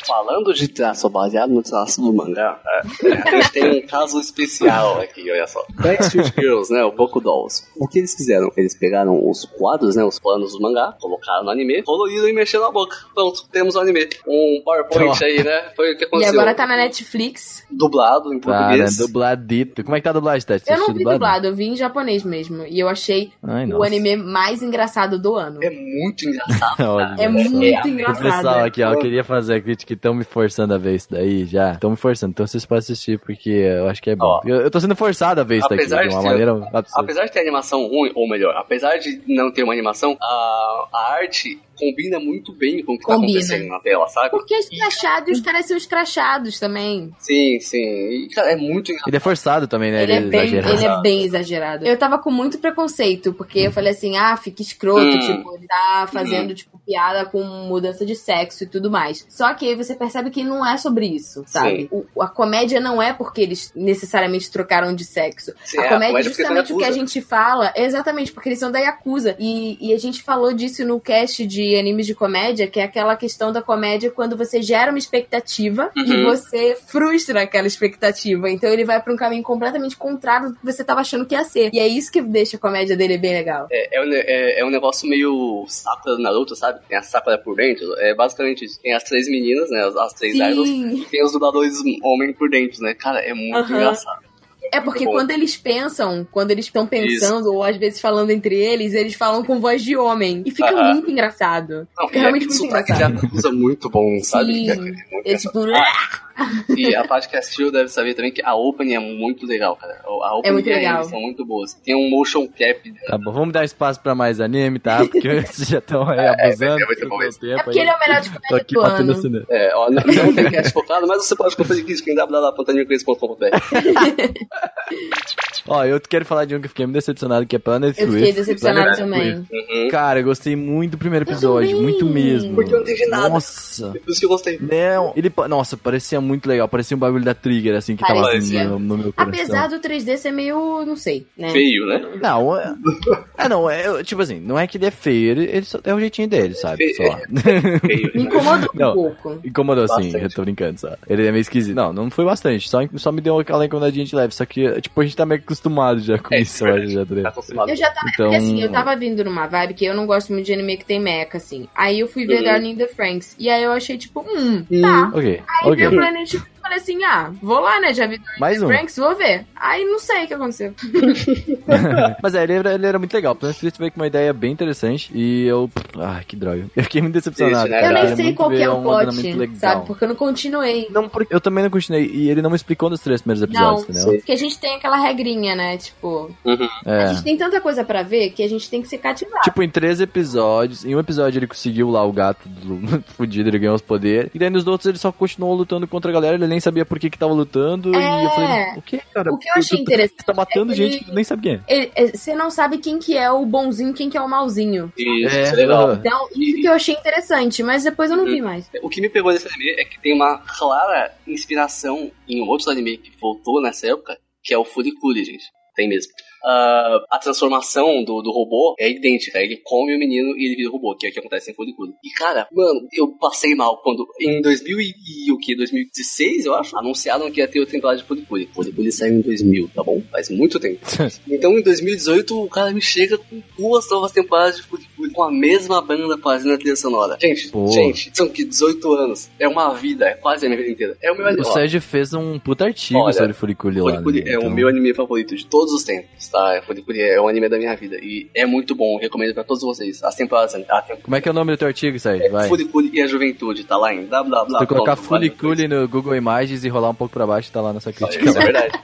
Falando de traço baseado no traço do mangá, é, a gente tem um caso especial aqui, olha só. Backstreet Girls, né, o Boku Dolls. O que eles fizeram? Eles pegaram os quadros, né, os planos do mangá, colocaram no anime, coloriram e mexeram na boca. Pronto, temos o anime. Um PowerPoint
Top.
aí, né, foi o que
E
aconteceu.
agora tá Ah, na Netflix.
Dublado em
Tá, né?
português.
Dubladito. Como é que tá a dublagem, Tati? Você
Eu não
assistiu
vi dublado, eu vi em japonês mesmo. E eu achei
Ai,
o
nossa.
anime mais engraçado do ano.
É muito engraçado.
Olha
É
só.
muito
O
engraçado. né?
pessoal aqui, ó, eu
Pô.
queria fazer a crítica que estão me forçando a ver isso daí já. Estão me forçando, então vocês podem assistir, porque eu acho que é bom.
Ó.
Eu, eu tô sendo forçado a ver isso daqui,
Apesar
de uma
de ter-
maneira absurda.
Apesar de ter animação ruim, ou melhor, apesar de não ter uma animação, a, a arte combina muito bem com o que tá
Combina.
acontecendo na tela, sabe?
Porque é escrachado e os caras são escrachados também.
Sim, sim. E, cara, é muito engraçado.
Ele é forçado também, né?
Ele é, bem,
exagerado.
ele é bem exagerado. Eu tava com muito preconceito, porque eu falei assim, ah, fica escroto,
Hum.
tipo, ele tá fazendo, tipo, piada com mudança de sexo e tudo mais. Só que aí você percebe que não é sobre isso, sabe? O- a comédia não é porque eles necessariamente trocaram de sexo.
Sim,
a
é,
comédia é
porque tá
justamente o que a
Yakuza.
gente fala, exatamente, porque eles são da Yakuza. E, e a gente falou disso no cast de animes de comédia, que é aquela questão da comédia quando você gera uma expectativa e
Uhum.
você frustra aquela expectativa. Então ele vai pra um caminho completamente contrário do que você tava achando que ia ser. E é isso que deixa a comédia dele bem legal.
É, é um, ne- é, é um negócio meio Sakura do Naruto, sabe? Tem a Sakura por dentro. É basicamente isso. Tem as três meninas, né? As, as três idols.
Sim.
E tem os dubladores homem por dentro, né? Cara, é muito
Aham.
engraçado.
É porque
bom.
quando eles pensam, quando eles estão pensando, ou às vezes falando entre eles, eles falam com voz de homem. E fica
Aham.
muito engraçado.
Não, e é
Fica É realmente
aquele
muito
sotaque
engraçado.
de Yakuza é muito bom, sabe? É, é
Sim.
muito
É
engraçado.
tipo.
E a parte que assistiu deve saber também que a opening é muito legal, cara. A opening
É muito
e a ending
legal.
são muito boas. Tem um motion cap
Tá bom, vamos dar espaço pra mais anime, tá? Porque vocês já estão aí abusando
é muito bom
do meu
isso.
tempo.
É porque
aí.
ele é o melhor de
Tô
comédia
aqui
do
batendo
ano.
cinema.
É, ó, não, não tem cast focado, mas você pode conferir isso em www.pantaninhoquiz.com.br.
Ó, eu quero falar de um que eu fiquei muito decepcionado, que é Planet
Eu
Swift.
fiquei decepcionada
Planet
também.
Swift.
Uhum.
Cara, eu gostei muito do primeiro episódio,
também.
muito mesmo.
Porque eu não entendi nada.
Nossa.
Por isso que eu gostei.
Né, ele, pa- nossa, parecia muito legal, parecia um bagulho da Trigger, assim, que tava assim,
Parecia.
no, no meu coração.
Apesar do 3D ser meio. não sei, né?
Feio, né?
Não, é... Ah, não, é, tipo assim, não é que ele é feio, ele, ele só é o jeitinho dele, sabe? Só.
Feio. né?
Me incomodou
Não.
um pouco.
Incomodou sim,
Bastante.
eu tô brincando só. Ele é meio esquisito. Não, não foi bastante, só, só me deu aquela incomodadinha de leve, só que, tipo, a gente tá meio acostumado já com
É,
isso,
isso é
eu acho, já, tá
Tá
ligado?
acostumado.
Eu já tava.
Então-
Porque assim, eu tava vindo numa vibe que eu não gosto muito de anime que tem mecha, assim. Aí eu fui ver
Uhum.
Darling in the Franks. E aí eu achei, tipo, hum, tá.
Ok,
Aí veio o
ok.
Planet Shift e falei assim: ah, vou lá, né? Já vi Darling in
Mais
the
um.
Franks, vou ver. Aí não sei o que aconteceu.
Mas é, ele era, ele era muito legal. O Planet Street veio com uma ideia bem interessante e eu. Ah, que droga. Eu fiquei muito decepcionado.
Triste, né,
cara.
eu
cara,
nem
Era
sei
muito
qual que
bem,
é
um
o plot,
ordenamento legal.
sabe? Porque eu não continuei.
Não, porque eu também não continuei. E ele não me explicou nos três primeiros
Não,
episódios, entendeu?
porque a gente tem aquela regrinha, né? Tipo, a
É.
gente tem tanta coisa pra ver que a gente tem que se cativar.
Tipo, em três episódios, em um episódio ele conseguiu lá o gato do... fudido, ele ganhou os poderes. E daí nos outros ele só continuou lutando contra a galera, ele nem sabia por que que tava lutando. E eu falei, o que, cara?
É. O que eu achei
Tu- tu-
interessante
Tu tá matando
é que
gente
ele-
que tu nem sabe quem é.
Ele- é, Você não sabe quem que é o bonzinho, quem que é o malzinho.
Isso,
É,
isso é legal.
aham.
Então, isso que eu achei interessante, mas depois eu não vi mais.
O que me pegou nesse anime é que tem uma clara inspiração em um outro anime que voltou nessa época, que é o Furikuri, gente. Tem mesmo. Ah, a transformação do, do robô é idêntica. Ele come o menino e ele vira robô, que é o que acontece em Furikuri. E cara, mano, eu passei mal quando em 2000 e o que? 2016, eu acho? Anunciaram que ia ter outra temporada de Furikuri. Furikuri saiu em 2000, tá bom? Faz muito tempo. Então em 2018 o cara me chega com duas novas temporadas de futebol com a mesma banda fazendo a trilha sonora. Gente,
Pô.
gente, são que 18 anos. É uma vida, é quase a minha vida inteira. É o meu
O
anime. ó,
Sérgio fez um puta artigo
Olha,
sobre Furikuli lá.
Furikuri
né?
é
Então-
o meu anime favorito de todos os tempos, tá? Furikuri é o anime da minha vida e é muito bom, recomendo pra todos vocês. As temporadas, a temporada
Como é que é o nome do teu artigo, Sérgio? Vai.
Furikuri e a Juventude, tá lá em
Se
www.
tu colocar fulicule no Google Imagens e rolar um pouco pra baixo, tá lá na sua crítica. É
Isso é verdade.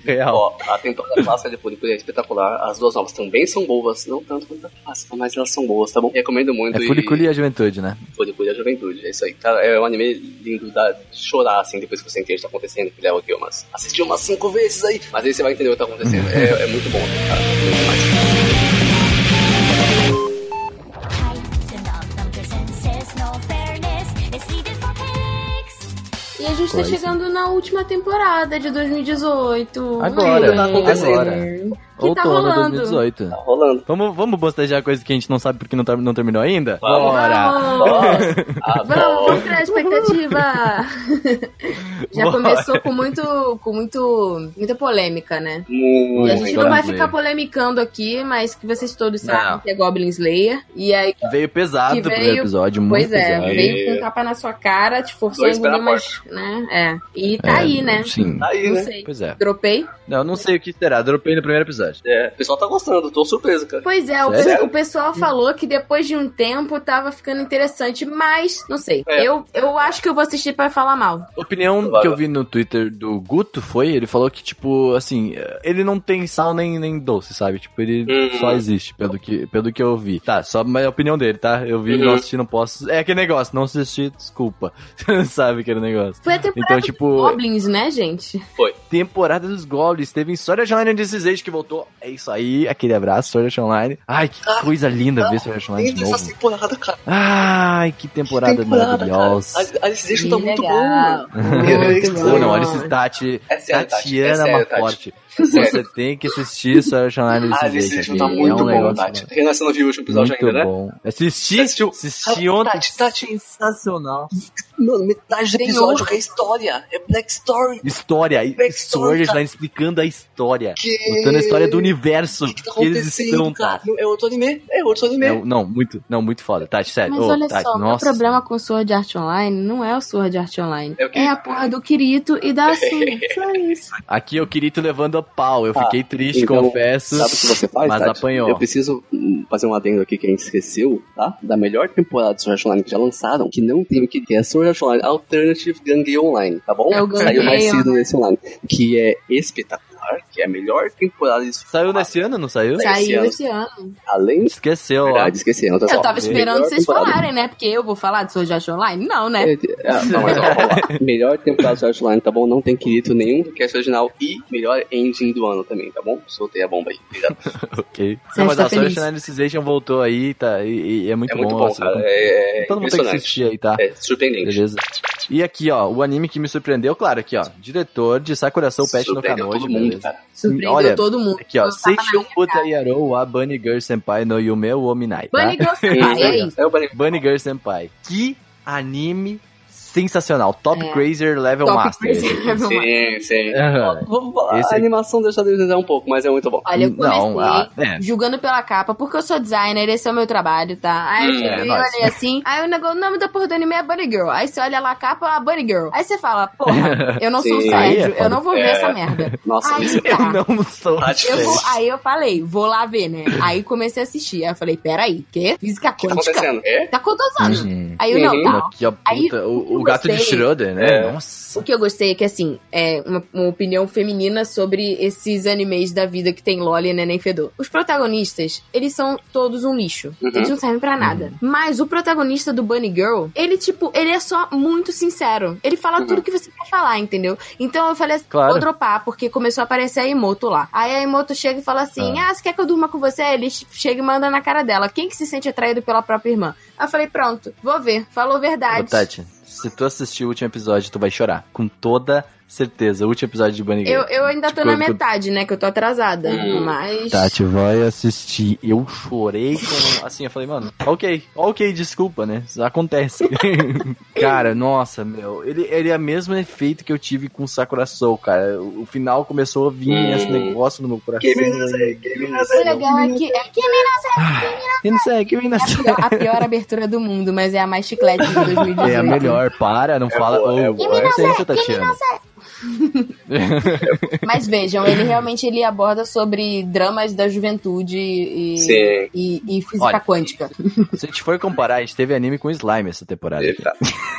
Real.
Ó, a temporada clássica de Furikuri é espetacular. As duas novas também são boas, não tanto quanto a clássica, mas elas são boas, tá bom? Recomendo muito.
É
e-
fulicule e a juventude, né?
Foi depois da juventude, é isso aí. Cara, é um anime lindo dá de chorar, assim, depois que você entende o que tá acontecendo, que leva aqui umas. Assistiu umas cinco vezes aí, mas aí você vai entender o que tá acontecendo. É, é muito bom, cara. Muito demais.
E a gente
Coisa.
tá chegando na última temporada de 2018.
Agora,
Ai,
tá acontecendo.
agora. Que tá
Outono de
rolando.
2018.
Tá rolando.
Vamos, vamos bostejar coisa que a gente não sabe porque não, tá- não terminou ainda?
Vamos.
Bora!
Vamos,
Nossa,
vamos,
adoro.
vamos criar expectativa. Já
Bora.
começou com muito, com muito, muita polêmica, né? E a gente
Muito.
não vai
Goblin
ficar
Slayer.
polemicando aqui, mas que vocês todos sabem
Não.
que é Goblin Slayer. E aí
Veio pesado
Que
o primeiro
veio-
episódio, muito
Pois é,
pesado.
veio com um tapa na sua cara, te forçou a
Dois pela
engolir, mas. Né? É. E tá
É,
aí, né?
Sim.
Aí,
Não
né?
sei.
Pois é.
Dropei?
Não, eu não sei o que será. Dropei no primeiro verdade.
É, o pessoal tá gostando, tô surpreso, cara.
Tá
Pois é, o,
Sério?
pe- o pessoal falou que depois de um tempo tava ficando interessante, mas não sei.
É.
Eu, eu acho que eu vou assistir pra falar mal.
Opinião
Vai
que eu
lá.
vi no Twitter do Guto foi, ele falou que, tipo, assim, ele não tem sal nem, nem doce, sabe? Tipo, ele
Uhum.
só existe, pelo que, pelo que eu vi. Tá, só a opinião dele, tá? Eu vi,
Uhum.
não assisti, não posso. É aquele negócio, não assisti, desculpa. Você não sabe aquele negócio.
Foi a temporada
Então, tipo,
dos Goblins, né, gente?
temporada dos Goblins. Teve em Sword Art Online desses ex que voltou. É isso aí, aquele abraço, Sword Art Online. Ai, que
Ah,
coisa linda
não,
ver Sword Art Online de
Lindo essa
novo.
temporada, cara.
Ai, que temporada,
Temporada, cara.
maravilhosa.
As as decisões estão tá muito
Legal.
boas.
Muito
Pô,
Pô,
bom.
não, olha esse Tati.
É sério, Tati. É
Tatiana
sério, Tati.
Maforte.
É sério.
Você tem que assistir Sword Art Online
Ah,
desses
esse
ex.
vídeo
aqui.
tá
é
muito
um
bom,
negócio
Tati. Renan, você não viu o último episódio
Muito
ainda, né?
bom. Assisti,
Você assistiu?
assisti
Ah,
ontem.
Tati, Tati.
Sensacional.
Mano, metade do
Tem
episódio
outro.
é história. É Black Story.
História.
Backstory,
Sword Art
cara.
Online explicando a história.
Que-
Contando a história do universo.
O que tá
que eles estão,
acontecendo,
Tati.
cara? É outro anime. É outro anime.
É, não, muito, não, muito foda. Tati, sério.
Mas
Ô,
olha
Tati,
só, o meu
nossa.
problema com o Sword Art Online não é o Sword Art Online.
É o quê?
a porra do Kirito e da Asuna. Só isso.
Aqui eu queria te levando a pau. Eu
Ah,
fiquei triste,
então,
confesso.
Sabe o que você faz,
Mas
Tati?
apanhou.
Eu preciso hum, fazer um adendo aqui que a gente esqueceu, tá? Da melhor temporada de Sword Art Online que já lançaram, que não tem o que que é Sword Art Online Alternative Gangue Online, tá bom?
É o
Saiu mais
Gangue
cedo nesse online. Que é espetacular, que é a melhor temporada de
Saiu nesse ano, não saiu?
Saiu.
Saiu
ano.
esse ano.
Além de
Esqueceu, ó.
verdade, esqueci. Não, tá
Eu
só.
tava esperando
Melhor
vocês
temporada.
falarem, né? Porque eu vou falar do Sword Art Online? Não, né?
É, é, não, mas, ó, ó, ó. melhor temporada de Sword Art Online, tá bom? Não tem querido nenhum do cast original e melhor ending do ano também, tá bom? Soltei a bomba aí, obrigado.
Ok.
Você
Não, mas
está
a Sword
feliz?
Analyzation voltou aí, tá? E, e é muito
É
bom.
muito bom,
assim,
cara.
então-
É, é
Todo mundo tem que
impressionante.
assistir aí, tá?
É surpreendente.
Beleza. E aqui, ó, o anime que me surpreendeu, claro, aqui, ó. Diretor de Sakuração Pet no
Surpreendeu
Kanoji,
todo mundo,
beleza.
cara.
Surpreendeu
Olha,
todo mundo. né?
Aqui, ó.
Eu tava na
Seishun
minha
Buta Yaro wa Bunny Girl Senpai no Yume wo Minai, tá?
Bunny Girl Senpai, é isso.
É o Bunny
Bunny Girl Senpai. Que anime sensacional. Top
É.
Crazer Level
Top
um Master.
Crazy Level
Sim,
Master.
sim.
Aham.
Vamos falar,
Esse
a
aqui-
animação deixa a desejar um pouco, mas é muito bom.
Olha, eu comecei
Não, ah, é.
julgando pela capa, porque eu sou designer, esse é o meu trabalho, tá? Aí eu
Hum,
cheguei,
é, nóis.
olhei assim, aí o negócio, o nome da porra do anime é Bunny Girl. Aí você olha lá a capa, a Bunny Girl. Aí você fala, porra, eu não sou o
Sim.
Aí
Sérgio,
é foda.
eu não vou ver
É.
essa merda.
Nossa,
Aí
isso- é
tá.
Eu não sou.
Tá diferente.
Eu vou- aí eu falei, vou lá ver, né? Aí comecei a assistir. Aí eu falei, peraí, quê? Física
tá
quântica.
acontecendo? É?
Tá acontecendo.
Uhum.
Aí eu, não,
Uhum.
tá.
Aqui, ó,
Aí,
puta, o, o
eu
gato de
gostei.
Schroeder, né?
É.
Nossa.
O que eu gostei é que, assim, é uma, uma opinião feminina sobre esses animes da vida que tem Loli e Neném Fedor. Os protagonistas, eles são todos um lixo.
Uhum.
Eles não servem pra nada. Mas o protagonista do Bunny Girl, ele, tipo, ele é só muito sincero. Ele fala
Uhum.
tudo que você quer falar, entendeu? Então eu falei assim,
Claro.
vou dropar, porque começou a aparecer a Emoto lá. Aí a Emoto chega e fala assim, ah, você quer que eu durma com você? Aí Ele chega e manda na cara dela. Quem que se sente atraído pela própria irmã? Aí eu falei, pronto, vou ver. Falou
Ô,
verdade.
Tati, se tu assistir o último episódio, tu vai chorar. Com toda certeza. O último episódio de Bunny Girl.
Eu, eu ainda tô
Tipo,
na
eu-
metade, né? Que eu tô atrasada.
Hum.
Mas.
Tati, vai assistir. Eu chorei com. Assim, eu falei, mano, ok, ok, desculpa, né? Isso acontece. cara, nossa, meu. Ele, ele é o mesmo efeito que eu tive com Sakura Soul, cara. O, o final começou a vir
Hum.
esse negócio no meu coração.
Que menino sei, que menino sei.
O legal é que, é que nem
Que não sei, que menina
a
sei.
pior, a pior abertura do mundo, mas é a mais chiclete de 2018.
É a melhor, para, não fala.
boa, é
Ô,
boa.
oh, licença, Tatiana.
Mas vejam, ele realmente ele aborda sobre dramas da juventude e,
Sim.
e, e física
Olha.
quântica.
Se a gente for comparar, a gente teve anime com slime essa temporada.
Eita.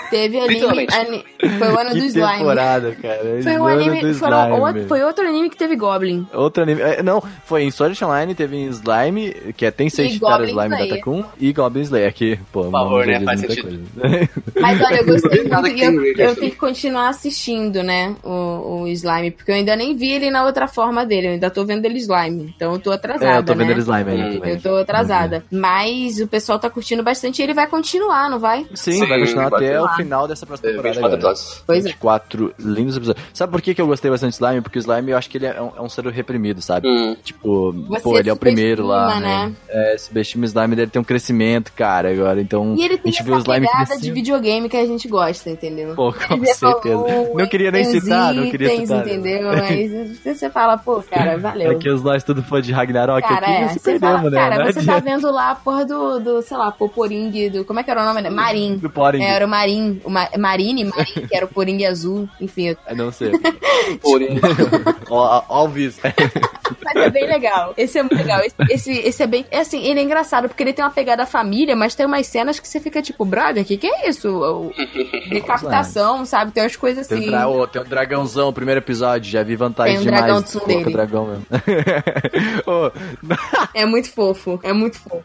Teve anime.
Literalmente.
ani- foi o ano do
que
slime.
temporada, cara.
Foi,
Ano
um anime,
do
foram,
slime.
outro, foi outro anime que teve Goblin.
Outro anime. é, Não, foi em Sword Art Online, teve em Slime, que é tem seis
Goblin
chitaras slime da
Slayer.
Takun, e Goblin Slayer, que, pô, Por
favor, né, faz sentido.
É,
Mas olha, eu gostei muito
Nada que
e eu,
tem, né,
eu tenho que continuar assistindo, né, o, o slime, porque eu ainda nem vi ele na outra forma dele, eu ainda tô vendo ele slime, então eu tô atrasada,
é, eu tô vendo
né?
ele slime ainda
Hum,
também.
Eu tô atrasada. Mas o pessoal tá curtindo bastante e ele vai continuar, não vai?
Sim,
Sim,
vai continuar
vai
até o
continuar.
final dessa próxima
É,
temporada.
24
agora.
episódios.
Pois é.
24 lindos episódios. Sabe por que, que eu gostei bastante de slime? Porque o slime eu acho que ele é um, é um ser reprimido, sabe?
Hum.
Tipo,
Você
pô, ele é o
subestima,
primeiro lá.
né?
Né? É, subestima o slime dele tem um crescimento, cara, agora. Então,
E ele
a
tem
gente vê o
essa
slime
pegada
crescendo.
de videogame que a gente gosta, entendeu?
Pô, com
Ele é
certeza.
evolui,
Não queria nem
tem
citar,
os
não queria
itens,
citar. né?
entendeu? Mas você fala, pô, cara, valeu.
Aqui os nós tudo fã de Ragnarok
Cara,
aqui,
é,
se
você
perdemos,
fala,
né?
cara,
Não
você tá
adianta.
vendo lá a porra do, do, sei lá, Poporing, do. Como é que era o nome? né? Marim.
Do Poring.
É, era o Marim. O Ma- Marine, Marim, que era o Poring azul. Enfim, eu-
É, Não sei.
Porém,
Ó, ó, ó o Viz.
Mas é bem legal. Esse é muito legal. Esse, esse, esse é bem. É assim, ele é engraçado, porque ele tem uma pegada família, mas tem umas cenas que você fica tipo, brother, que que é isso? O- Decapitação, sabe? Tem umas coisas
Tem,
assim.
um dra- ô, tem um dragãozão, primeiro episódio, já vi vantagem
Tem um
demais.
dragão tsundere.
Coloca o dragão mesmo. Ô,
É muito fofo. É muito fofo.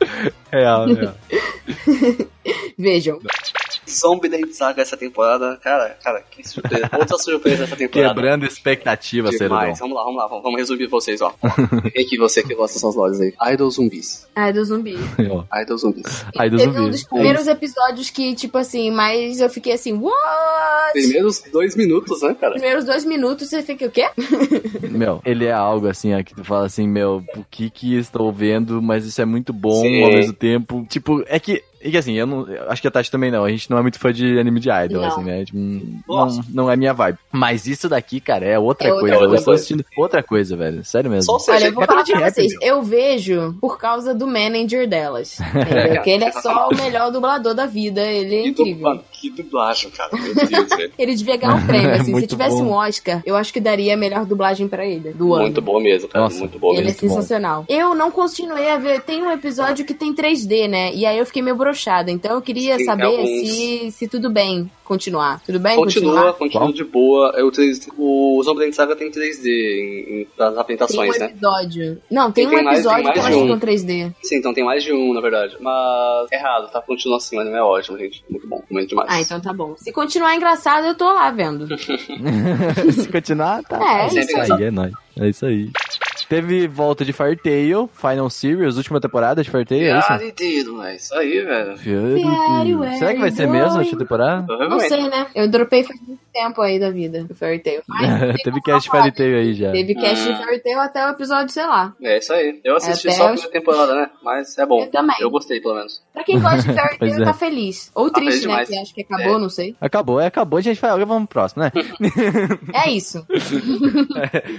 real, real.
Vejam.
Zombie Land Saga essa temporada. Cara, cara, que surpresa. Outra surpresa
é
essa temporada.
Quebrando expectativa, Cerudão.
Demais. Vamos lá, vamos lá, vamos, vamos resumir vocês, ó. e que você que gosta dessas lojas aí. Idol zumbis.
Ai, do zumbi.
Ó,
Idol zumbis.
Aí dos
Teve um dos
zumbis.
primeiros episódios que, tipo assim, mas eu fiquei assim, what?
Primeiros dois minutos, né, cara?
Primeiros dois minutos você fica o quê?
Meu, ele é algo assim, ó, que tu fala assim, meu, o que que estou vendo, mas isso é muito bom
Sim.
ao mesmo tempo. Tipo, é que. É que assim, eu não. eu acho que a Tati também não. A gente não é muito fã de anime de idol,
Não.
assim, né? Tipo, hum,
Nossa.
não, não é minha vibe. Mas isso daqui, cara, é outra
É outra
coisa. Eu
coisa.
estou assistindo outra coisa, velho. Sério mesmo.
Só o CG.
Olha, eu vou
é
falar
tudo de
pra
rap,
vocês,
meu.
eu vejo por causa do manager delas. Entendeu? Que ele é só o melhor dublador da vida, ele é
que,
incrível.
dubla- que dublagem, cara. Meu Deus, é velho.
Ele devia ganhar um prêmio, assim. Se
Muito
tivesse
bom.
um Oscar, eu acho que daria a melhor dublagem pra ele, do ano.
Muito boa mesmo, cara.
Nossa.
Muito boa
Ele é
mesmo.
muito bom.
sensacional. Eu não continuei a ver. Tem um episódio que tem 3D, né? E aí eu fiquei meio brochada. Então eu queria
Sim,
saber
alguns.
se, se tudo bem continuar. Tudo bem
Continua,
continuar?
continua
Qual?
de boa. É o, 3D, o Zombie Land Saga tem 3D em, em, nas
Tem um
apresentações, né?
episódio. Não, tem,
Tem-
um
tem mais-
episódio
tem
que
mais
elas
de um.
ficam 3D.
Sim, então tem mais de um, na verdade. Mas errado, tá? Continua assim, mas não é ótimo, gente. Muito bom, muito demais.
Ah, então tá bom. Se continuar engraçado, eu tô lá vendo.
Se continuar, tá.
É,
é isso
aí. É nóis. É isso aí. Teve volta de Fire Tail, Final Series, última temporada de Fire Tail, é isso?
Garantido, é isso aí, velho.
Fairy
Será que vai ser
Tail.
mesmo a última temporada?
Não
Provavelmente.
sei, né? Eu dropei faz muito tempo aí da vida, o Fairy Tail. Mas
Teve cast de Fairy Tail aí já.
Teve cast
Ah.
de Fairy Tail até o episódio, sei lá.
É isso aí. Eu assisti
Até
só a
os-
primeira temporada, né? Mas é bom.
Eu também.
gostei, pelo menos.
Pra quem gosta de Fairy
Pois
Tail,
é.
tá feliz. Ou
Tá feliz
triste, né?
demais.
Que acho que acabou,
É.
não sei.
Acabou, é, acabou, a gente vai. Agora vamos pro próximo, né?
É isso.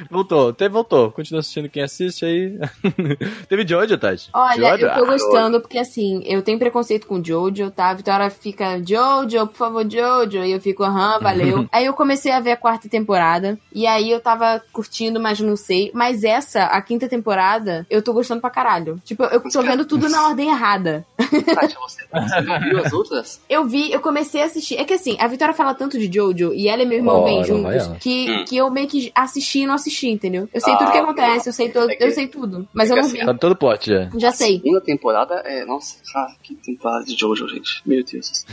voltou, teve, voltou. Continua assistindo quem assiste aí. teve Jojo, Tati.
Olha,
Jojo.
eu tô gostando, porque assim, eu tenho preconceito com Jojo, tá? A Vitória fica, Jojo, por favor, Jojo. E eu fico, aham, valeu. aí eu comecei a ver a quarta temporada. E aí eu tava curtindo, mas não sei. Mas essa, a quinta temporada, eu tô gostando pra caralho. Tipo, eu tô vendo tudo na ordem errada.
Tati, Ah, você, você não viu as outras?
Eu vi, eu comecei a assistir. É que assim, a Vitória fala tanto de Jojo e ela e meu irmão
Ora,
vêm
vai
juntos
ela.
que,
Hum.
que eu meio que assisti e não assisti, entendeu? Eu sei
Ah,
tudo que acontece, eu sei, todo,
é que-
eu sei tudo. Mas
é
eu
que
não
assim,
vi.
Sabe Ah, tá todo o plot já.
Já sei.
Segunda temporada é. Nossa, cara, que temporada de Jojo, gente. Meu Deus. do céu.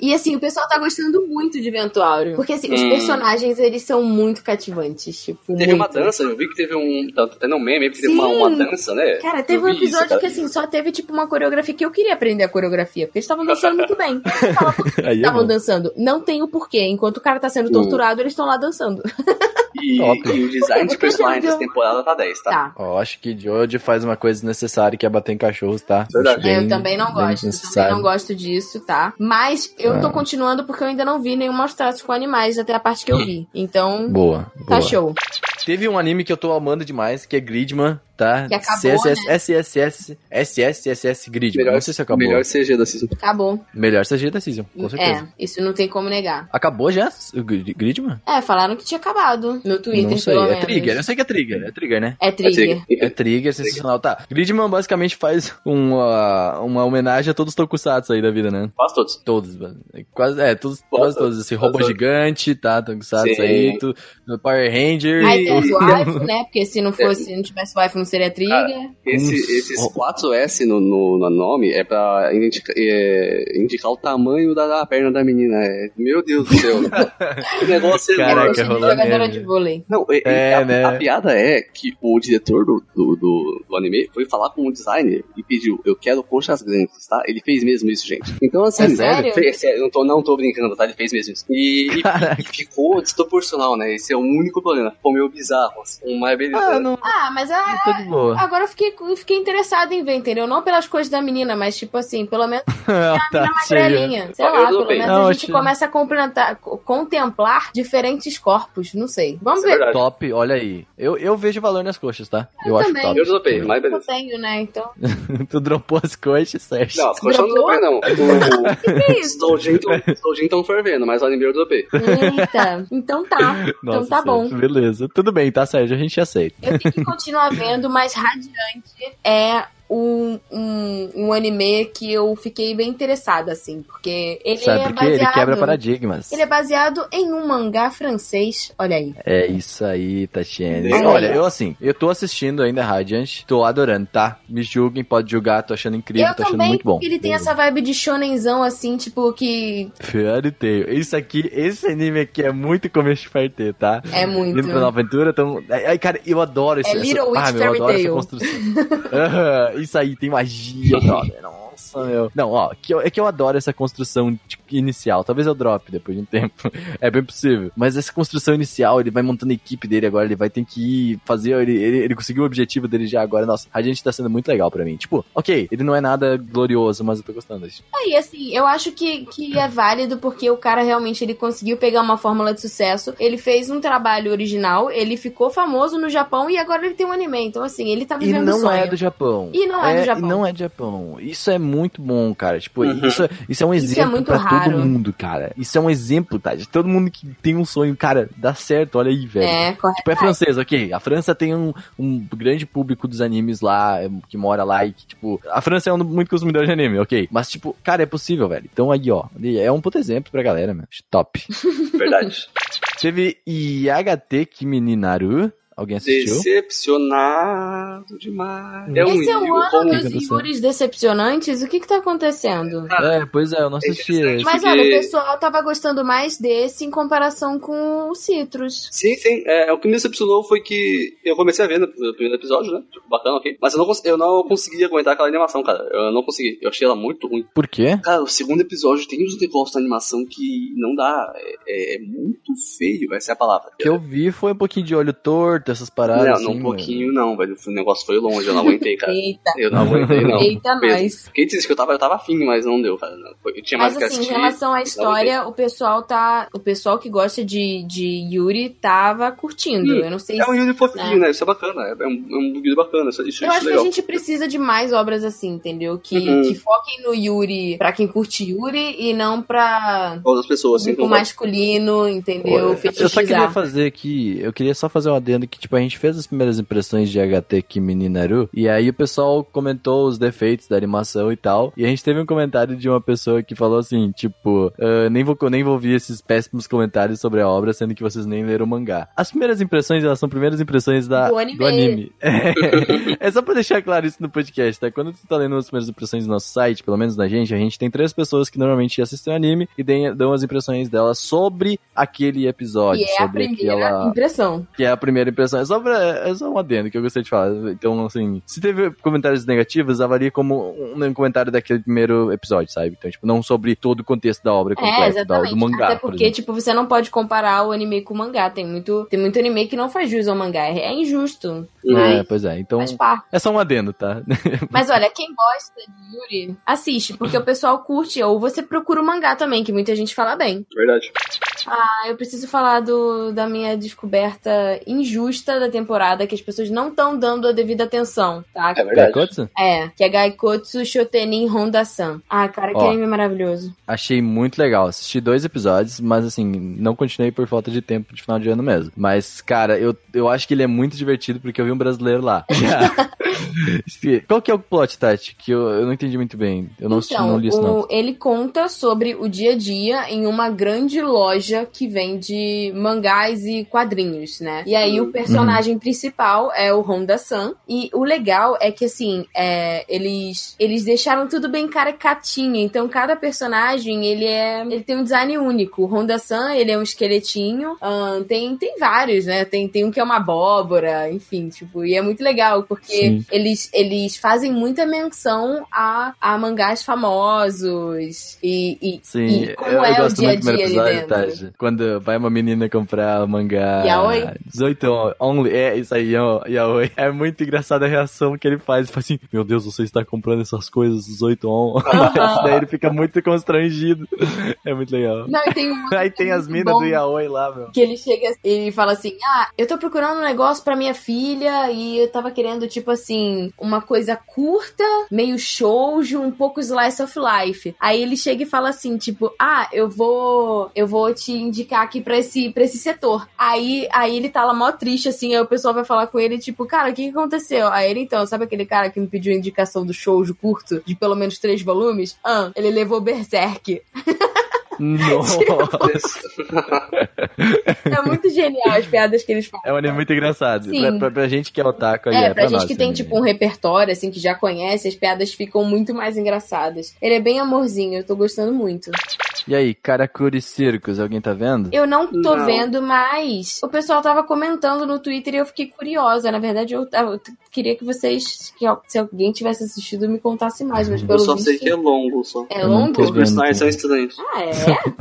E assim, o pessoal tá gostando muito de Vento Áureo. Porque assim, os
Hum.
personagens, eles são muito cativantes. Tipo,
Teve
muito.
uma dança, eu vi que teve um. Tá tendo um meme, que teve
Sim.
uma, uma dança, né?
Cara, teve
Eu
um
vi isso,
episódio
cara.
que assim, só teve tipo uma coreografia que eu queria aprender a coreografia, porque eles estavam dançando muito bem. Eu falava, por que
Aí Hum. é
Estavam
bom.
dançando. Não tem o porquê. Enquanto o cara tá sendo torturado, eles estão lá dançando.
E,
Top.
e o design de personagem dessa temporada tá 10, tá?
Tá.
Ó, acho que Jojo faz uma coisa desnecessária que é bater em cachorros, tá?
Verdade.
Acho bem-
É, eu também não
bem É.
gosto, eu também
desnecessário.
não gosto disso, tá? Mas eu tô continuando porque eu ainda não vi nenhum maus tratos com animais, até a parte que eu vi. Então,
Boa, boa.
tá show.
Teve um anime que eu tô amando demais, que é Gridman, tá?
Que acabou, né?
CSS, SSS, SSSS Gridman. Tipo, Não sei se acabou.
Melhor CG da season.
Acabou.
Melhor CG da season, com certeza.
É, isso não tem como negar.
Acabou já o Grid- Gridman?
É, falaram que tinha acabado no Twitter,
Não sei,
pelo
é
menos.
Trigger. Eu sei que é Trigger, é Trigger, né?
É Trigger.
É Trigger, sensacional. Tá, Gridman basicamente faz uma, uma homenagem a todos os tokusatsu aí da vida, né?
Quase todos.
Todos, mano. Quase, é, todos, quase todos. Esse robô
todos.
gigante, tá? Tokusatsu
Sim.
aí, tu, Power Ranger.
Aí tem
e-
os wife, né? Porque se não fosse, não tivesse wife, não seria Trigger.
Esse,
Uns-
esses 4S no, no, no nome é pra indica- é, indicar o tamanho da, da perna da menina. é. meu Deus do céu. o negócio é
Caraca,
Ela
louco.
seria
rolou
jogadora
mesmo.
de vôlei.
Não, é,
É,
é, a,
né?
a piada é que o diretor do, do, do, do anime foi falar com o designer e pediu, eu quero coxas grandes, tá? Ele fez mesmo isso, gente. Então, assim,
É sério?
fe- é sério, não, tô, não tô brincando, tá? Ele fez mesmo isso. E, e-
Caraca.
e ficou desproporcional, né? Esse é o único problema. Ficou meio bizarro, assim, uma beleza.
Ah, não,
Ah, mas é,
tô de boa.
Agora eu fiquei, eu fiquei interessada em ver, entendeu? Não pelas coisas da menina, mas tipo assim, pelo menos
Ah,
tá, uma
sei.
magrelinha. Sei
Ah, eu
lá, pelo
também.
menos
Não,
a gente
achei-
começa a complementar- co- contemplar diferentes corpos, não sei. Vamos
Isso é
ver.
verdade.
Top, olha aí. Eu, eu vejo valor nas coxas, tá? Eu, acho
também.
top.
Eu dropei, mas
Eu
beleza.
tenho, né? Então.
tu dropou as coxas, certo?
Não, as coxas eu não dropei, não.
é
O- Os doujin estão fervendo, mas o anime eu dropei.
Eita. Então tá. então tá bom.
Sérgio, Beleza. Tudo bem, tá, Sérgio? A gente aceita.
Eu tenho que continuar vendo, mas Radiante é um, um, um anime que eu fiquei bem interessada, assim, porque ele
Sabe
é
por quê?
baseado.
Ele quebra paradigmas.
ele é baseado em um mangá francês. Olha aí.
É isso aí, Tatiane.
Legal.
Olha, eu assim, eu tô assistindo ainda Radiant, tô adorando, tá? Me julguem, pode julgar, tô achando incrível,
eu
tô tá achando
também,
muito bom.
porque ele tem
Beleza.
essa vibe de shonenzão, assim, tipo, que
Fairy Tail. Isso aqui, esse anime aqui é muito começo de Fairy Tail, tá?
é muito.
Lindo na aventura, tamo... Ai, cara, eu adoro isso.
É Little Witch
ah, meu, eu
Fairy
adoro essa
Tail.
construção. Aham, isso aí, tem magia, brother. Nossa, meu. Não, ó, que eu- é que eu adoro essa construção de- inicial. Talvez eu drop depois de um tempo. É bem possível. Mas essa construção inicial, ele vai montando a equipe dele agora, ele vai ter que ir fazer. Ele, ele, ele conseguiu o objetivo dele já agora. Nossa, a gente tá sendo muito legal pra mim. Tipo, ok, ele não é nada glorioso, mas eu tô gostando. disso.
Aí, assim, eu acho que, que é válido porque o cara realmente ele conseguiu pegar uma fórmula de sucesso. Ele fez um trabalho original, ele ficou famoso no Japão e agora ele tem um anime. Então, assim, ele tá
E
vivendo um
não
sonho.
é do Japão.
E não é do Japão.
E não é do Japão. Isso é muito bom, cara. Tipo,
Uhum.
isso, isso é um
Isso é
exemplo
muito
pra
raro.
todo mundo, cara. Isso é um exemplo, tá? De todo mundo que tem um sonho, cara, dá certo, olha aí, velho.
É, correto.
Tipo, é francês, ok. A França tem um, um grande público dos animes lá, é, que mora lá e que, tipo, a França é um muito consumidor de anime, ok. Mas, tipo, cara, é possível, velho. Então aí, ó, é um puto exemplo pra galera, meu. Top.
Verdade.
Teve IHT Kimininaru. Alguém assistiu?
Decepcionado demais. É um
Esse é o
livro
ano
como-
que
dos
aconteceu?
Yuris decepcionantes? O que que tá acontecendo?
É, pois é, eu não assisti.
interessante.
esse.
Mas
que-
olha, o pessoal tava gostando mais desse em comparação com o Citrus.
Sim, sim. É, o que me decepcionou foi que eu comecei a ver no no primeiro episódio, né? Tipo, bacana, ok. Mas eu não, cons- eu não conseguia aguentar aquela animação, cara. Eu não consegui. Eu achei ela muito ruim.
Por quê?
Cara, o segundo episódio tem uns negócios na animação que não dá. É, é muito feio, essa é a palavra.
O que eu vi foi um pouquinho de olho torto, essas
Não,
paradas.
não
assim,
um pouquinho, não, velho. O negócio foi longe, eu não aguentei, cara.
Eita,
Eu não aguentei, não.
eita,
Mesmo.
nós.
Quem disse que eu tava, eu tava afim, mas não deu, cara. Não, foi- Eu tinha mais
Mas
o que
assim, em
assistir.
relação à história, o pessoal tá. O pessoal que gosta de, de Yuri tava curtindo.
Hum,
Eu não sei
É um
se.
Yuri fofinho, né? Isso é bacana. É é um, é um bug bacana. Isso, isso, isso
Eu
é
acho que a
legal.
gente precisa de mais obras assim, entendeu? Que,
Uhum.
que foquem no Yuri pra quem curte Yuri e não pra
Outras pessoas, assim,
público
como
masculino, entendeu?
Eu só queria
Fetichizar.
fazer aqui, eu queria só fazer um adendo que, tipo, a gente fez as primeiras impressões de HT Kimi Naru, e aí o pessoal comentou os defeitos da animação e tal, e a gente teve um comentário de uma pessoa que falou assim, tipo, "Ah, nem, vou, nem vou ouvir esses péssimos comentários sobre a obra, sendo que vocês nem leram o mangá. As primeiras impressões, elas são primeiras impressões da,
Do anime.
do anime. é só pra deixar claro isso no podcast, tá? Quando tu tá lendo as primeiras impressões do nosso site, pelo menos na gente, a gente tem três pessoas que normalmente assistem o anime e deem- dão as impressões delas sobre aquele episódio,
E é a
sobre
primeira
aquela.
impressão.
Que é a primeira impressão. É só, pra, é só um adendo que eu gostei de falar. Então, assim, se teve comentários negativos, avalie como um, um comentário daquele primeiro episódio, sabe? Então, tipo, não sobre todo o contexto da obra
É,
completa, da-
exatamente.
do mangá.
Até
por
porque,
exemplo.
tipo, você não pode comparar o anime com o mangá. Tem muito, tem muito anime que não faz jus ao mangá. É, é injusto.
É,
Mas
pois é. Então,
faz parte.
é só um adendo, tá?
Mas olha, quem gosta de Yuri, assiste, porque o pessoal curte. Ou você procura o mangá também, que muita gente fala bem.
Verdade.
Ah, eu preciso falar do, da minha descoberta injusta da temporada, que as pessoas não estão dando a devida atenção, tá?
É verdade.
Pecotsu?
É, que é Gaikotsu Shotenin Honda-san. Ah, cara, que
Ó.
anime maravilhoso.
Achei muito legal. Assisti dois episódios, mas assim, não continuei por falta de tempo de final de ano mesmo. Mas, cara, eu, eu acho que ele é muito divertido porque eu vi um brasileiro lá. Qual que é o plot, Tati? Que eu, eu não entendi muito bem. Eu não, assisti,
então,
não li isso, não.
o- ele conta sobre o dia a dia em uma grande loja que vende mangás e quadrinhos, né? E aí
Uhum.
o personagem principal é o Honda-san. E o legal é que, assim, é, eles, eles deixaram tudo bem caricatinho. Então, cada personagem, ele é ele tem um design único. O Honda-san, ele é um esqueletinho. ahn, tem, tem vários, né? Tem, tem um que é uma abóbora, enfim, tipo... E é muito legal, porque...
Sim.
Eles, eles fazem muita menção a, a mangás famosos e, e,
Sim,
e como
eu,
é
eu gosto
o dia a
muito do
dia
primeiro
ali
episódio,
dentro.
Tati. Quando vai uma menina comprar um mangá.
Yaoi?
18 only. É, isso aí, ó, Yaoi. É muito engraçada a reação que ele faz. Ele fala assim: Meu Deus, você está comprando essas coisas 18 on. Mas daí ele fica muito constrangido. É muito legal.
Não, e tem um outro
Aí
que é
tem as
muito
minas
bom.
do Yaoi lá, meu.
Que ele chega e fala assim: Ah, eu tô procurando um negócio pra minha filha e eu tava querendo, tipo assim, uma coisa curta, meio shoujo, um pouco slice of life. Aí ele chega e fala assim: Tipo, ah, eu vou eu vou te indicar aqui pra esse, pra esse setor. Aí, aí ele tá lá mó triste, assim, aí o pessoal vai falar com ele, tipo, cara, o que, que aconteceu? Aí ele, então, sabe aquele cara que me pediu a indicação do shoujo curto, de pelo menos três volumes? Ah, ele levou Berserk.
Nossa.
É muito genial as piadas que eles falam.
É um anime muito engraçado.
Sim.
Pra, pra- pra gente que é otaku aí,
É,
é,
pra, gente
nós,
que tem,
assim.
tipo, um repertório, assim, que já conhece, as piadas ficam muito mais engraçadas. Ele é bem amorzinho, eu tô gostando muito.
E aí, Karakuri Circus, alguém tá vendo?
Eu não tô
Não.
vendo, mas o pessoal tava comentando no Twitter e eu fiquei curiosa. Na verdade, eu, eu t- queria que vocês, que al- se alguém tivesse assistido, me contasse mais, mas
Eu
pelo
só
visto-
sei que é longo, só.
É
Eu não
longo?
tô
Os personagens são estranhos.
Ah, é?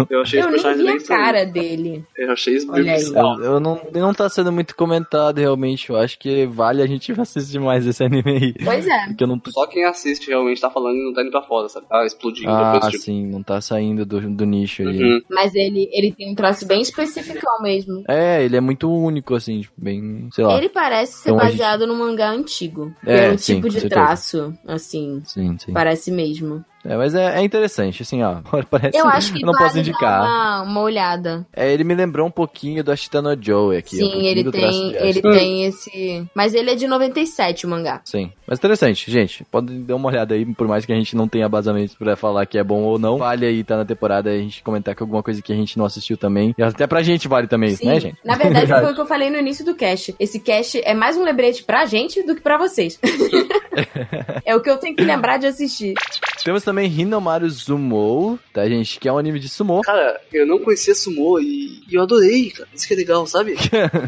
Eu achei
Eu
os
nem
personagens
vi
bem
a
estranhos.
cara dele.
Eu achei os
Olha aí.
bizarros.
Eu, eu não, não tá sendo muito comentado, realmente. Eu acho que vale a gente assistir mais esse anime aí.
Pois é.
Porque eu não tô.
Só quem assiste realmente tá falando e não tá indo pra fora, sabe? Tá explodindo,
Ah,
coisa do tipo.
sim, não tá saindo do, do nicho aí.
Uhum.
Mas ele, ele tem um traço bem específico mesmo.
É, ele é muito único, assim, tipo, bem. Sei lá.
Ele parece ser
Então a gente-
baseado num mangá antigo.
É,
pelo
sim,
tipo
com
de
certeza.
traço, assim.
Sim, sim.
Parece mesmo.
É, mas é, é interessante, assim, ó. Parece
Eu acho que
não
vale
posso indicar.
dar uma, uma olhada.
É, ele me lembrou um pouquinho do Ashitano Joe aqui. um
Sim,
pouquinho
ele
do traço
tem,
de
ele
Hum.
Ashita.
tem esse. Mas ele é de 97 o mangá.
Sim. Mas interessante, gente. Pode dar uma olhada aí, por mais que a gente não tenha basamento pra falar que é bom ou não. Vale aí, tá na temporada, a gente comentar com alguma coisa que a gente não assistiu também. E até pra gente vale também,
Sim.
né, gente?
Na verdade, foi o que eu falei no início do cast. Esse cast é mais um lembrete pra gente do que pra vocês. é o que eu tenho que lembrar de assistir.
Temos também Hinomaru Zumou, tá, gente? Que é um anime de sumô.
Cara, eu não conhecia Sumo e e eu adorei, cara. Isso que é legal, sabe?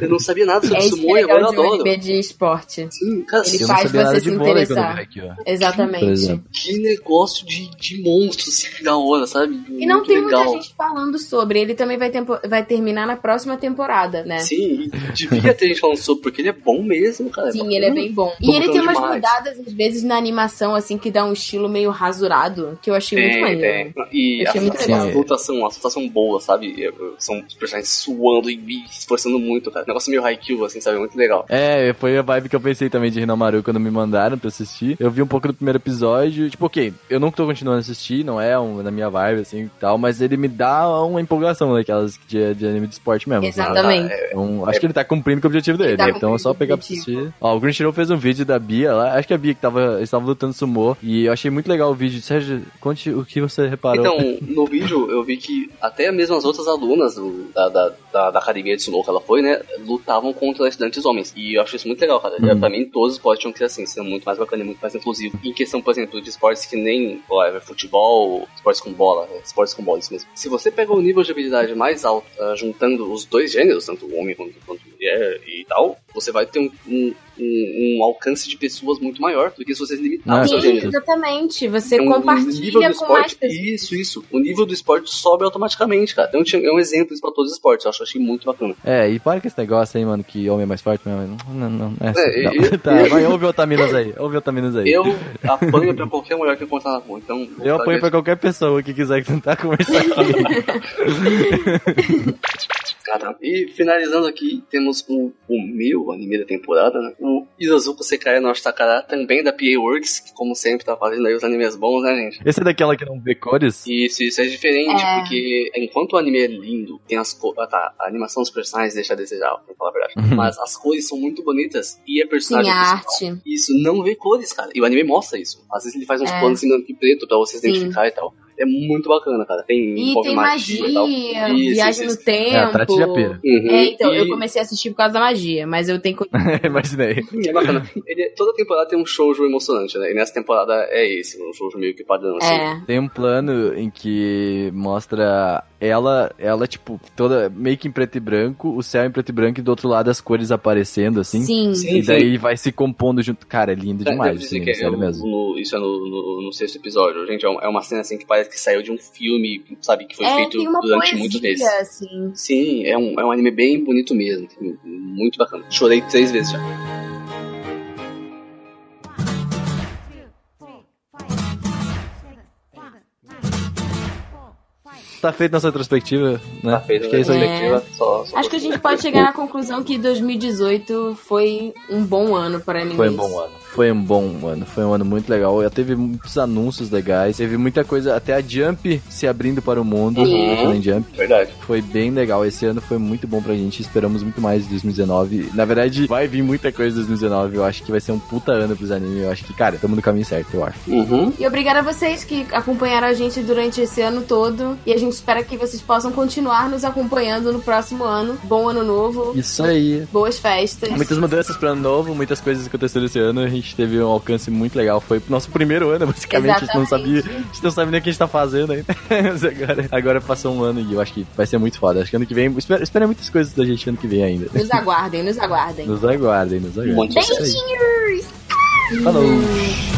Eu não sabia nada sobre
é isso que é
Sumo e agora
legal
eu
de um
adoro.
anime de esporte.
Sim, cara,
Ele
Eu
que-
não
faz
sabia
você
nada
se
de vôlei quando eu
interessar.
vi aqui, ó. Por
Exatamente.
exemplo.
que negócio de, de monstro, assim, da hora, sabe?
E não
Muito
tem
legal.
muita gente falando sobre. Ele também vai, tempo- vai terminar na próxima temporada, né?
Sim, e devia ter gente falando sobre, porque ele é bom mesmo, cara.
Sim, ele é bem bom. E
Bom
ele tem umas
demais.
mudadas, às vezes, na animação, assim, que dá um estilo meio rasurado, que eu achei muito
Tem,
maneiro.
tem. E
Eu achei
as,
muito
as,
legal.
as lutas são, as lutas são boas, sabe? São os personagens suando e me esforçando muito, cara. Negócio meio Haikyuu, assim, sabe? Muito legal.
É, foi a vibe que eu pensei também de Hinomaru quando me mandaram pra assistir. Eu vi um pouco do primeiro episódio. Tipo, ok, eu não tô continuando a assistir, não é um, na minha vibe, assim e tal, mas ele me dá uma empolgação daquelas de, de anime de esporte mesmo. assim.
Exatamente.
Então, acho que ele tá cumprindo com o objetivo dele.
tá
né? então é só
cumprindo
pegar
com o
pra assistir. Ó, o Crunchyroll fez um vídeo da Bia lá. Acho que a Bia que tava, eles estavam lutando sumô. E eu achei muito legal o vídeo. Sérgio, conte o que você reparou.
Então, no vídeo eu vi que até mesmo as outras alunas do- da, da, da, da academia de sumo que ela foi, né, lutavam contra estudantes homens. E eu acho isso muito legal, cara.
Uhum.
Pra mim, todos os esportes tinham que ser assim, ser muito mais bacana e muito mais inclusivo. Em questão, por exemplo, de esportes que nem ó, é futebol, esportes com bola, é, esportes com bola, isso mesmo. Se você pega o nível de habilidade mais alto, ah, juntando os dois gêneros, tanto homem quanto, quanto mulher e tal, você vai ter um, um, um- um alcance de pessoas muito maior do que se você limitar
Ah,
o
Sim,
seu gênero.
exatamente. Você
Então, nível
compartilha
do
com mais
esporte,
pessoas.
Isso, isso. O nível do esporte sobe automaticamente, cara. Então tinha- é um exemplo isso pra todos os esportes. Eu acho, achei muito bacana.
É, e para com esse negócio aí, mano, que homem é mais forte. Não, não, não. É,
É,
não.
eu-
tá, vai, ouve Otaminas aí. Ouve Otaminas aí.
Eu apanho pra qualquer mulher que eu encontrar na rua. Então,
Eu apoio pra qualquer pessoa que quiser tentar conversar comigo.
Cara, e finalizando aqui, temos o, o meu anime da temporada, né? O Irazuka Sekai no Ashtakara, também da PA Works, que como sempre tá fazendo aí os animes bons, né, gente?
Esse é daquela que não vê cores?
Isso, isso é diferente,
É.
porque enquanto o anime é lindo, tem as cores. Ah, tá, a animação dos personagens deixa a desejar, pra falar a
Uhum.
verdade. Mas as cores são muito bonitas e a
Sim,
personagem
a
principal
arte.
Isso, não vê cores, cara. E o anime mostra isso. Às vezes ele faz uns
É.
planos em branco e preto pra você se
Sim.
identificar e tal. É muito bacana, cara. Tem,
E
envolve
tem magia,
Isso, isso,
viagem no
isso.
É, a Tati já
tempo.
pira.
Uhum.
É, então,
E-
eu comecei a assistir por causa da magia, mas eu tenho que.
Imaginei.
É bacana. Ele- toda temporada tem um shoujo emocionante, né? E nessa temporada é esse, um shoujo meio que padrão, assim.
É.
Tem um plano em que mostra ela, ela, tipo, toda meio que em preto e branco, o céu em preto e branco e do outro lado as cores aparecendo, assim.
Sim.
Sim.
E daí vai se compondo junto. Cara, é lindo
Tá,
demais,
devo dizer
assim,
que é
sério
o-
mesmo.
no- isso é no, no- no sexto episódio. Gente, é uma, é uma cena assim que parece que saiu de um filme, sabe, que foi
É,
feito
tem uma
durante
poesia,
muitos meses.
assim.
Sim, é um, é um anime bem bonito mesmo. assim, Muito bacana. Chorei três vezes já.
Tá feito nossa retrospectiva, né?
Tá feito,
Acho que é isso aí.
né?
perspectiva, só- só-
Acho que a gente pode chegar na conclusão que 2018 foi um bom ano pra animes.
Foi um bom ano. Foi um bom ano. Foi um ano muito legal. Já teve muitos anúncios legais. Teve muita coisa. Até a Jump se abrindo para o mundo.
Uhum.
a Shonen Jump.
Verdade.
Foi bem legal. Esse ano foi muito bom pra gente. Esperamos muito mais de 2019. Na verdade, vai vir muita coisa em 2019. Eu acho que vai ser um puta ano pros animes. Eu acho que, cara, estamos no caminho certo, eu acho.
Uhum.
E obrigada a vocês que acompanharam a gente durante esse ano todo. E a gente espera que vocês possam continuar nos acompanhando no próximo ano. Bom ano novo,
Isso aí.
boas festas.
Muitas mudanças pro ano novo, muitas coisas aconteceram esse ano. A gente teve um alcance muito legal. Foi pro nosso primeiro ano, basicamente. A gente não sabia.
Exatamente.
A gente não sabe nem o que a gente tá fazendo ainda. Mas agora, agora passou um ano e eu acho que vai ser muito foda. Acho que ano que vem. Espera, espera muitas coisas da gente ano que vem ainda.
Nos aguardem, nos aguardem.
Nos aguardem, nos aguardem.
Muito
É isso aí.
Beijinhos!
Falou!